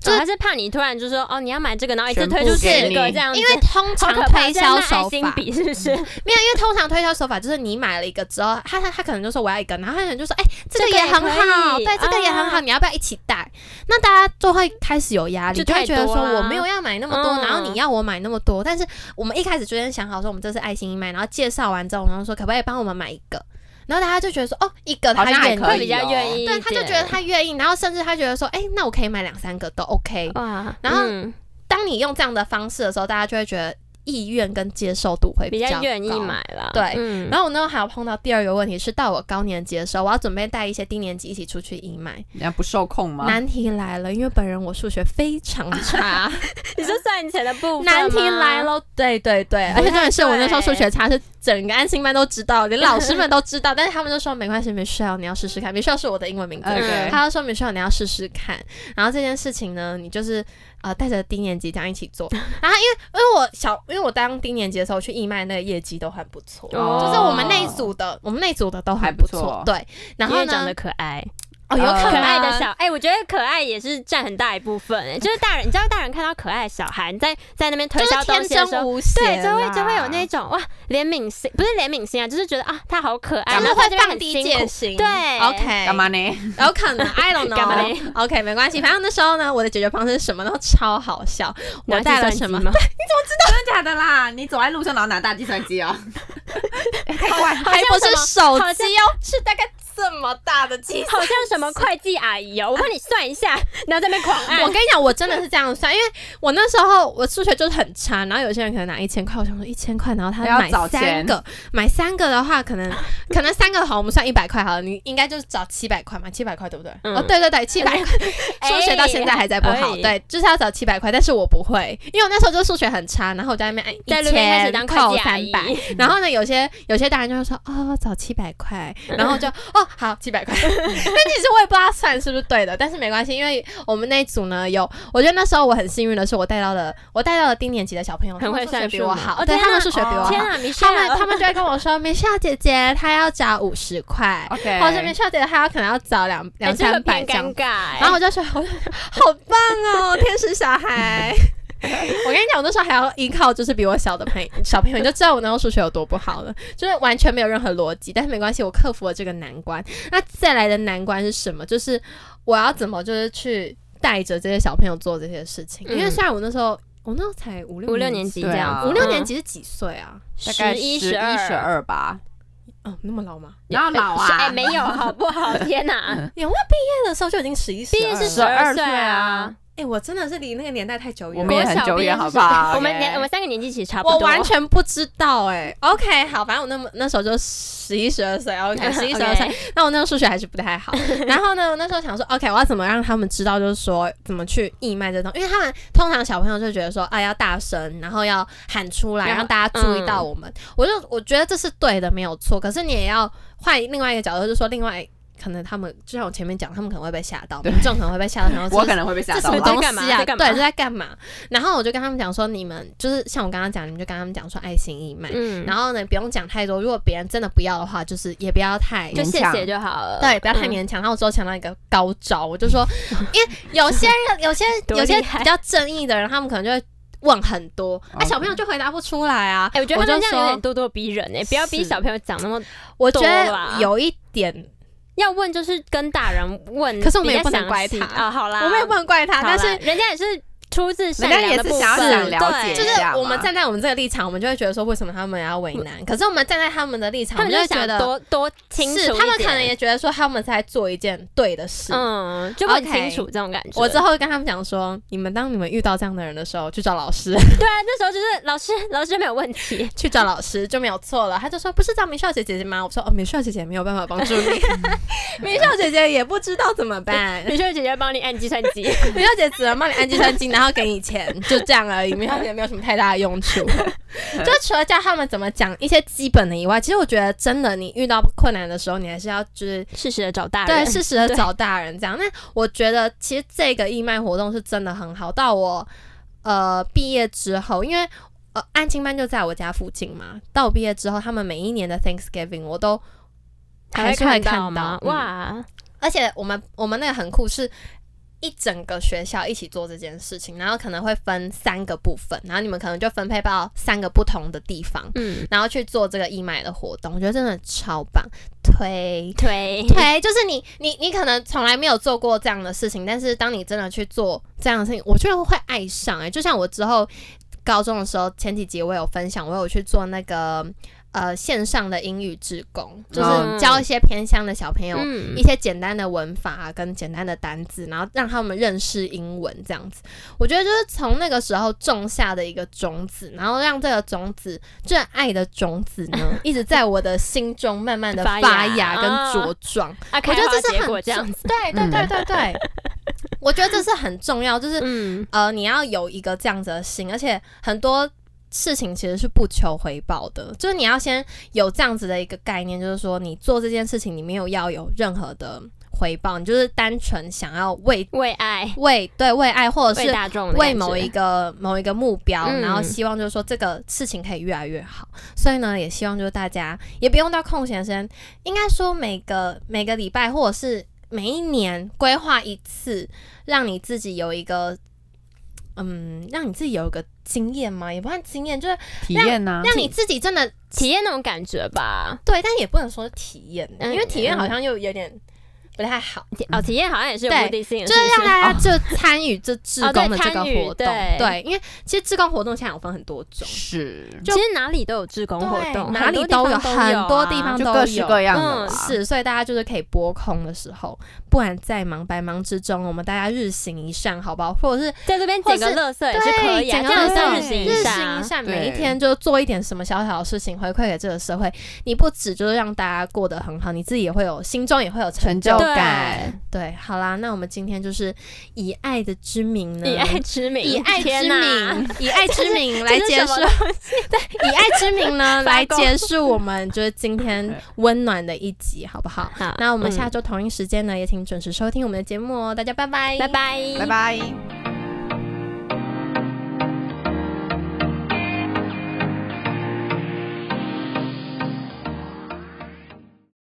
Speaker 1: 就
Speaker 3: 就是还是怕你突然就说哦，你要买这个，然后一次
Speaker 2: 全部
Speaker 3: 推出十
Speaker 1: 给
Speaker 3: 个
Speaker 2: 你
Speaker 3: 这样子，
Speaker 1: 因为通
Speaker 3: 好
Speaker 1: 常
Speaker 3: 可怕
Speaker 1: 推销手
Speaker 3: 这样
Speaker 1: 法
Speaker 3: 那爱心比是不是？
Speaker 1: 没有，因为通常推销手法就是你买了一个之后，他他他可能就说我要一个，然后他可能就说，哎、这个
Speaker 3: 这个
Speaker 1: 也
Speaker 3: 也
Speaker 1: 很
Speaker 3: 可
Speaker 1: 好，
Speaker 3: 以
Speaker 1: 对，这个也很好，
Speaker 3: 啊
Speaker 1: 你要不要一起带？那大家就会开始有压力，
Speaker 3: 就
Speaker 1: 就会
Speaker 3: 太
Speaker 1: 觉得
Speaker 3: 多
Speaker 1: 说我
Speaker 3: 啦
Speaker 1: 没有要买那么多，
Speaker 3: 嗯
Speaker 1: 然后你要我买那么多，但是我们一开始就先想好说我们这是爱心义卖，然后介绍完之后，然后说可不可以帮我们买一个？然后大家就觉得说哦，一个
Speaker 2: 好
Speaker 1: 他
Speaker 2: 像还
Speaker 1: 愿
Speaker 2: 可
Speaker 3: 会
Speaker 1: 意，
Speaker 2: 以
Speaker 3: 比较愿意一点，
Speaker 1: 哦对，他就觉得他愿意，然后甚至他觉得说，哎、那我可以买两三个都 OK。
Speaker 3: 哇，
Speaker 1: 然后
Speaker 3: 嗯
Speaker 1: 当你用这样的方式的时候，大家就会觉得意愿跟接受度会
Speaker 3: 比
Speaker 1: 较
Speaker 3: 较愿意
Speaker 1: 高
Speaker 3: 买啦，
Speaker 1: 对
Speaker 3: 嗯
Speaker 1: 然后我那时候还有碰到第二个问题是，到我高年级的时候，我要准备带一些低年级一起出去义卖。
Speaker 2: 人家不受控吗？
Speaker 1: 难题来了，因为本人我数学非常差，
Speaker 3: 你是算钱的部分吗
Speaker 1: 难题来，了，对对对，而
Speaker 3: 不太
Speaker 1: 且重点是我那时候数学差是整个安心班都知道，连老师们都知道，但是他们就说没关系，没需要，你要试试看，没需要是我的英文名字，
Speaker 2: 嗯 OK
Speaker 1: 嗯他就说明需要你要试试看。然后这件事情呢，你就是呃带着低年级这样一起做。然后因为因为我小，因为我当低年级的时候去义卖，那个业绩都很不错，
Speaker 3: 哦
Speaker 1: 就是我们那一组的，我们那一组的都还不错。
Speaker 2: 还不错
Speaker 1: 对，然
Speaker 3: 因
Speaker 1: 后
Speaker 3: 为长
Speaker 1: 呢
Speaker 3: 得，可爱，
Speaker 1: 哦有可
Speaker 3: 可
Speaker 1: 能
Speaker 3: 爱的小哎、我觉得可爱也是占很大一部分、哎就是大人，你知道大人看到可爱的小孩，你在在那边推
Speaker 1: 就
Speaker 3: 销
Speaker 1: 是
Speaker 3: 东
Speaker 1: 天
Speaker 3: 西的时
Speaker 1: 真
Speaker 3: 候。
Speaker 1: 无邪，
Speaker 3: 对，就会就会有那种哇怜悯心，不是怜悯心啊，就是觉得啊，他好可爱，
Speaker 1: 他们
Speaker 3: 然后
Speaker 1: 会
Speaker 3: 这边
Speaker 1: 放
Speaker 3: 很
Speaker 1: 低
Speaker 3: 辛
Speaker 1: 戒
Speaker 3: 苦
Speaker 1: 心。
Speaker 3: 对
Speaker 1: ，OK，
Speaker 2: 干嘛呢？
Speaker 1: 有可能，I don't
Speaker 3: 干嘛嘞
Speaker 1: know。OK，没关系，反正那时候呢，我的解决方式是什么都超好笑。
Speaker 3: 拿
Speaker 1: 我带了
Speaker 3: 计
Speaker 1: 什
Speaker 3: 算机
Speaker 1: 么？
Speaker 3: 吗？
Speaker 2: 真的假的啦？你走在路上然后拿大计算机哦，太怪了。
Speaker 1: 还不是手
Speaker 3: 好像
Speaker 1: 机哦，是大概这么大的机。
Speaker 3: 好像什么会计阿姨哦，我帮你算一下，然后在那边狂按
Speaker 2: 哎
Speaker 1: 我。跟你讲，我真的是这样算，因为我那时候我数学就是很差，然后有些人可能拿一千块，我想说一千块，然后他
Speaker 2: 要
Speaker 1: 买
Speaker 2: 找
Speaker 1: 三
Speaker 2: 钱
Speaker 1: 个，买三个的话，可能可能三个好，我们算一百块好了，你应该就是找七百块嘛，七百块对不对？
Speaker 3: 嗯
Speaker 1: 哦，对对对，七 百块，
Speaker 2: 哎
Speaker 1: 数学到现在还在不好，
Speaker 3: 哎
Speaker 1: 对，就是要找七百块，但是我不会，因为我那时候就数学很差，然后我在那边
Speaker 3: 在
Speaker 1: 按
Speaker 3: 路
Speaker 1: 一
Speaker 3: 边开始
Speaker 1: 千
Speaker 3: 当
Speaker 1: 扣
Speaker 3: 会计阿
Speaker 1: 三
Speaker 3: 姨
Speaker 1: 百，然后呢，有些有些大人就会说哦，找七百 块，然后就哦好七百块，但其实我也不知道算是不是对的，但是没关系，因为我们那一组呢有，我觉得那时候我很幸运的是，我带到了我带到了低年级的小朋友，
Speaker 3: 很
Speaker 1: 他们
Speaker 3: 会
Speaker 1: 数
Speaker 3: 算
Speaker 1: 学比
Speaker 3: 数
Speaker 1: 我
Speaker 3: 吗
Speaker 1: 好，
Speaker 3: 哦
Speaker 1: 对，
Speaker 3: 天
Speaker 1: 他们
Speaker 3: 啊
Speaker 1: 数学比我
Speaker 3: 天
Speaker 1: 好。
Speaker 3: 啊，米
Speaker 1: 他们
Speaker 3: 雪儿
Speaker 1: 他们就会跟我说，美笑姐姐她要找五十块
Speaker 2: OK
Speaker 1: 或者是美笑姐姐她要可能要找两两
Speaker 3: 哎这个
Speaker 1: 三百
Speaker 3: 偏
Speaker 1: 这样
Speaker 3: 尴尬哎。
Speaker 1: 然后我就说，我就好棒哦，天使小孩。 我跟你讲，我那时候还要依靠就是比我小的朋小朋友，你 就知道我那时候数学有多不好了，就是完全没有任何逻辑。但是没关系，我克服了这个难关。那再来的难关是什么？就是我要怎么就是去带着这些小朋友做这些事情？因为
Speaker 3: 嗯
Speaker 1: 虽然我那时候我那时候才五六
Speaker 3: 五六年级
Speaker 2: 对啊
Speaker 3: 这样，
Speaker 1: 五六
Speaker 3: 嗯
Speaker 1: 年级是几岁啊？
Speaker 2: 大概
Speaker 3: 十一
Speaker 2: 十
Speaker 3: 二
Speaker 2: 一十二吧，
Speaker 1: 哦，那么老吗？
Speaker 2: 然后老
Speaker 3: 是哎、
Speaker 2: 啊，
Speaker 3: 没有好不好？天哪，
Speaker 1: 有啊，毕业的时候就已经十一岁，
Speaker 3: 毕业是
Speaker 2: 十
Speaker 3: 12
Speaker 2: 二
Speaker 3: 岁
Speaker 2: 岁
Speaker 3: 啊
Speaker 2: 啊，
Speaker 1: 哎、我真的是离那个年代太久远了。
Speaker 2: 我们也很久远，好不 好？
Speaker 3: 我们年我们三个年纪其实差不
Speaker 1: 我
Speaker 3: 多。
Speaker 1: 完全不知道哎、OK，好，反正我那么那时候就十一十二岁，OK，十一 十二岁。那我那时候数学还是不太好。然后呢，我那时候想说，OK，我要怎么让他们知道，就是说怎么去义卖这东西？因为他们通常小朋友就觉得说，啊，要大声，然后要喊出来，
Speaker 3: 要
Speaker 1: 让大家注意到我们。
Speaker 3: 嗯
Speaker 1: 我就我觉得这是对的，没有错。可是你也要换另外一个角度，就是说另外。可能他们就像我前面讲，他们可能会被吓到，
Speaker 2: 对
Speaker 1: 民众可能会被吓到，然后
Speaker 2: 我可能会被吓
Speaker 1: 这什
Speaker 2: 到
Speaker 1: 么
Speaker 3: 在
Speaker 2: 吧。
Speaker 1: 东
Speaker 3: 干嘛
Speaker 1: 西啊？
Speaker 3: 在干嘛
Speaker 1: 对，这在干嘛？然后我就跟他们讲说，你们就是像我刚刚讲，你们就跟他们讲说爱心义卖，
Speaker 3: 嗯
Speaker 1: 然后呢不用讲太多，如果别人真的不要的话，就是也不要太呃
Speaker 3: 就
Speaker 2: 勉
Speaker 3: 谢
Speaker 2: 强
Speaker 3: 谢就好了。
Speaker 1: 对，不要太
Speaker 3: 嗯
Speaker 1: 勉强。然后我之后想到一个高招，我就说，因为有些人、 有些、
Speaker 3: 多
Speaker 1: 有些
Speaker 3: 厉害
Speaker 1: 比较正义的人，他们可能就会问很多，啊，
Speaker 2: OK
Speaker 1: 小朋友就回答不出来啊。
Speaker 3: 哎、我觉得
Speaker 1: 我
Speaker 3: 他们
Speaker 1: 就
Speaker 3: 这样有
Speaker 1: 说
Speaker 3: 点咄咄逼人哎、不要逼
Speaker 1: 是
Speaker 3: 小朋友讲那么，
Speaker 1: 我觉
Speaker 3: 多啦
Speaker 1: 得有一点，
Speaker 3: 要问就是跟大人问，
Speaker 1: 可是我们也
Speaker 3: 比较
Speaker 1: 不能怪
Speaker 3: 详细
Speaker 1: 他
Speaker 3: 啊。好啦，
Speaker 1: 我们也不能怪他，
Speaker 3: 好啦，
Speaker 1: 啊但是
Speaker 3: 人家也是出自善
Speaker 2: 人家
Speaker 3: 良
Speaker 2: 也
Speaker 3: 的
Speaker 2: 是
Speaker 3: 部
Speaker 2: 想要
Speaker 3: 分
Speaker 2: 想了
Speaker 3: 对
Speaker 2: 解
Speaker 1: 就是
Speaker 2: 一下
Speaker 1: 我们
Speaker 2: 嘛
Speaker 1: 站在我们这个立场，我们就会觉得说，为什么他们要为难？可是我们站在他们的立场，
Speaker 3: 他们
Speaker 1: 我
Speaker 3: 就
Speaker 1: 们
Speaker 3: 是
Speaker 1: 就会觉得
Speaker 3: 想多多清楚
Speaker 1: 是，
Speaker 3: 一
Speaker 1: 他们可
Speaker 3: 点
Speaker 1: 能也觉得说他们在做一件对的事。
Speaker 3: 嗯，就很
Speaker 1: OK
Speaker 3: 清楚这种感觉。
Speaker 1: 我之后会跟他们讲说，你们当你们遇到这样的人的时候，去找老 师，
Speaker 3: 对啊，那时候就是老师，老师没有问题，
Speaker 1: 去找老师就没有错了。他就说不是找美少姐姐吗？我说哦，美少姐姐没有办法帮 助你，美少姐姐也不知道怎么办。
Speaker 3: 美秀姐姐帮你按计算 机。
Speaker 1: 美少姐只能帮你按计算机，然后给你钱，就这样而已。美少姐没有什么太大的用 处，就除了教他们怎么讲一些基本的以外，其实我觉得真的，你遇到困难的时候，你还是要就是
Speaker 3: 适时的找大
Speaker 1: 对，
Speaker 3: 人。
Speaker 1: 适时的找大人这样。那我觉得其实这个义卖活动是真的很好。到我呃毕业之后，因为呃安亲班就在我家附近嘛，到我毕业之后，他们每一年的 Thanksgiving 我都还是会
Speaker 3: 看
Speaker 1: 看
Speaker 3: 吗？
Speaker 1: 嗯
Speaker 3: 哇，
Speaker 1: 而且我们我们那个很酷是。一整个学校一起做这件事情，然后可能会分三个部分，然后你们可能就分配到三个不同的地方，
Speaker 3: 嗯，
Speaker 1: 然后去做这个义卖的活动，我觉得真的超棒，推
Speaker 3: 推
Speaker 1: 对，就是你，你，你可能从来没有做过这样的事情，但是当你真的去做这样的事情，我觉得会爱上、欸。就像我之后高中的时候，前几集我有分享，我有去做那个呃线上的英语志工，就是
Speaker 3: 嗯
Speaker 1: 教一些偏乡的小朋友
Speaker 3: 嗯
Speaker 1: 一些简单的文法、啊、跟简单的单字，然后让他们认识英文这样子。我觉得就是从那个时候种下的一个种子，然后让这个种子，这爱的种子 呢，一直在我的心中慢慢的
Speaker 3: 发芽
Speaker 1: 发芽跟茁壮。
Speaker 3: 啊，
Speaker 1: 我
Speaker 3: 开
Speaker 1: 觉得
Speaker 3: 花
Speaker 1: 这是
Speaker 3: 结
Speaker 1: 很
Speaker 3: 果这样
Speaker 1: 重
Speaker 3: 子。
Speaker 1: 对对对对对， 我觉得这是很重要，就是
Speaker 3: 嗯，
Speaker 1: 呃，你要有一个这样子的心，而且很多事情其实是不求回报的，就是你要先有这样子的一个概念，就是说你做这件事情，你没有要有任何的回报，你就是单纯想要为
Speaker 3: 为爱，
Speaker 1: 为对为爱，或者
Speaker 3: 为
Speaker 1: 是
Speaker 3: 大众的
Speaker 1: 为
Speaker 3: 感
Speaker 1: 某
Speaker 3: 觉
Speaker 1: 一个某一个目标，
Speaker 3: 嗯
Speaker 1: 然后希望就是说这个事情可以越来越好。所以呢，也希望就是大家也不用到空闲时间，应该说每个每个礼拜或者是每一年规划一次，让你自己有一个。嗯，让你自己有一个经验嘛，也不算经验，就是
Speaker 2: 体验啊呐、
Speaker 1: 让你自己真的
Speaker 3: 体验那种感觉吧。
Speaker 1: 对，但也不能说是体验，
Speaker 3: 嗯
Speaker 1: 因为体验好像又有点不太好，
Speaker 3: 体哦，体验好像也是
Speaker 1: 嗯
Speaker 3: 有
Speaker 1: 对
Speaker 3: 目的性的，
Speaker 1: 就是
Speaker 3: 不
Speaker 1: 让大家就 参与这志
Speaker 3: 哦对
Speaker 1: 工的这个
Speaker 3: 参与
Speaker 1: 活动，
Speaker 3: 对
Speaker 1: 对，因为其实志工活动现在有分很多种，
Speaker 2: 是
Speaker 3: 其实哪里都有志工活
Speaker 1: 对
Speaker 3: 动，
Speaker 1: 哪里
Speaker 3: 很多地
Speaker 1: 有，
Speaker 3: 方都有
Speaker 1: 很多地
Speaker 3: 啊
Speaker 1: 方
Speaker 2: 就
Speaker 1: 都
Speaker 2: 各式
Speaker 1: 有。
Speaker 2: 各样的
Speaker 3: 嗯
Speaker 2: 啦，
Speaker 1: 是，所以大家就是可以拨空的时候，不然在忙百忙之中，我们大家日行一善，好不好？或者是
Speaker 3: 在这边捡个
Speaker 1: 或是
Speaker 3: 垃圾也是可以
Speaker 1: 对
Speaker 3: 啊，这
Speaker 1: 捡个
Speaker 3: 样算
Speaker 2: 垃圾
Speaker 3: 日行
Speaker 1: 日行
Speaker 3: 一善
Speaker 1: 一
Speaker 3: 啊。
Speaker 1: 善，
Speaker 2: 对
Speaker 1: 每一天就做一点什么小小的事情回馈给这个社会。你不止就是让大家过得很好，你自己也会有心中也会有成
Speaker 3: 啊
Speaker 2: 成就
Speaker 1: 感。
Speaker 2: 感。
Speaker 1: 对，好啦，那我们今天就是以爱的之名呢，
Speaker 3: 以爱之名，
Speaker 1: 嗯以爱之
Speaker 3: 天哪
Speaker 1: 名，以爱之名来
Speaker 3: 这是
Speaker 1: 结
Speaker 3: 什
Speaker 1: 束
Speaker 3: 么，
Speaker 1: 对，以爱之名呢
Speaker 3: 发
Speaker 1: 来
Speaker 3: 功
Speaker 1: 结束我们就是今天温暖的一集，好不好？
Speaker 3: 好
Speaker 1: 那我们
Speaker 3: 嗯
Speaker 1: 下周同一时间呢，也请准时收听我们的节目哦，大家拜拜，
Speaker 3: 拜拜，
Speaker 2: 拜。拜。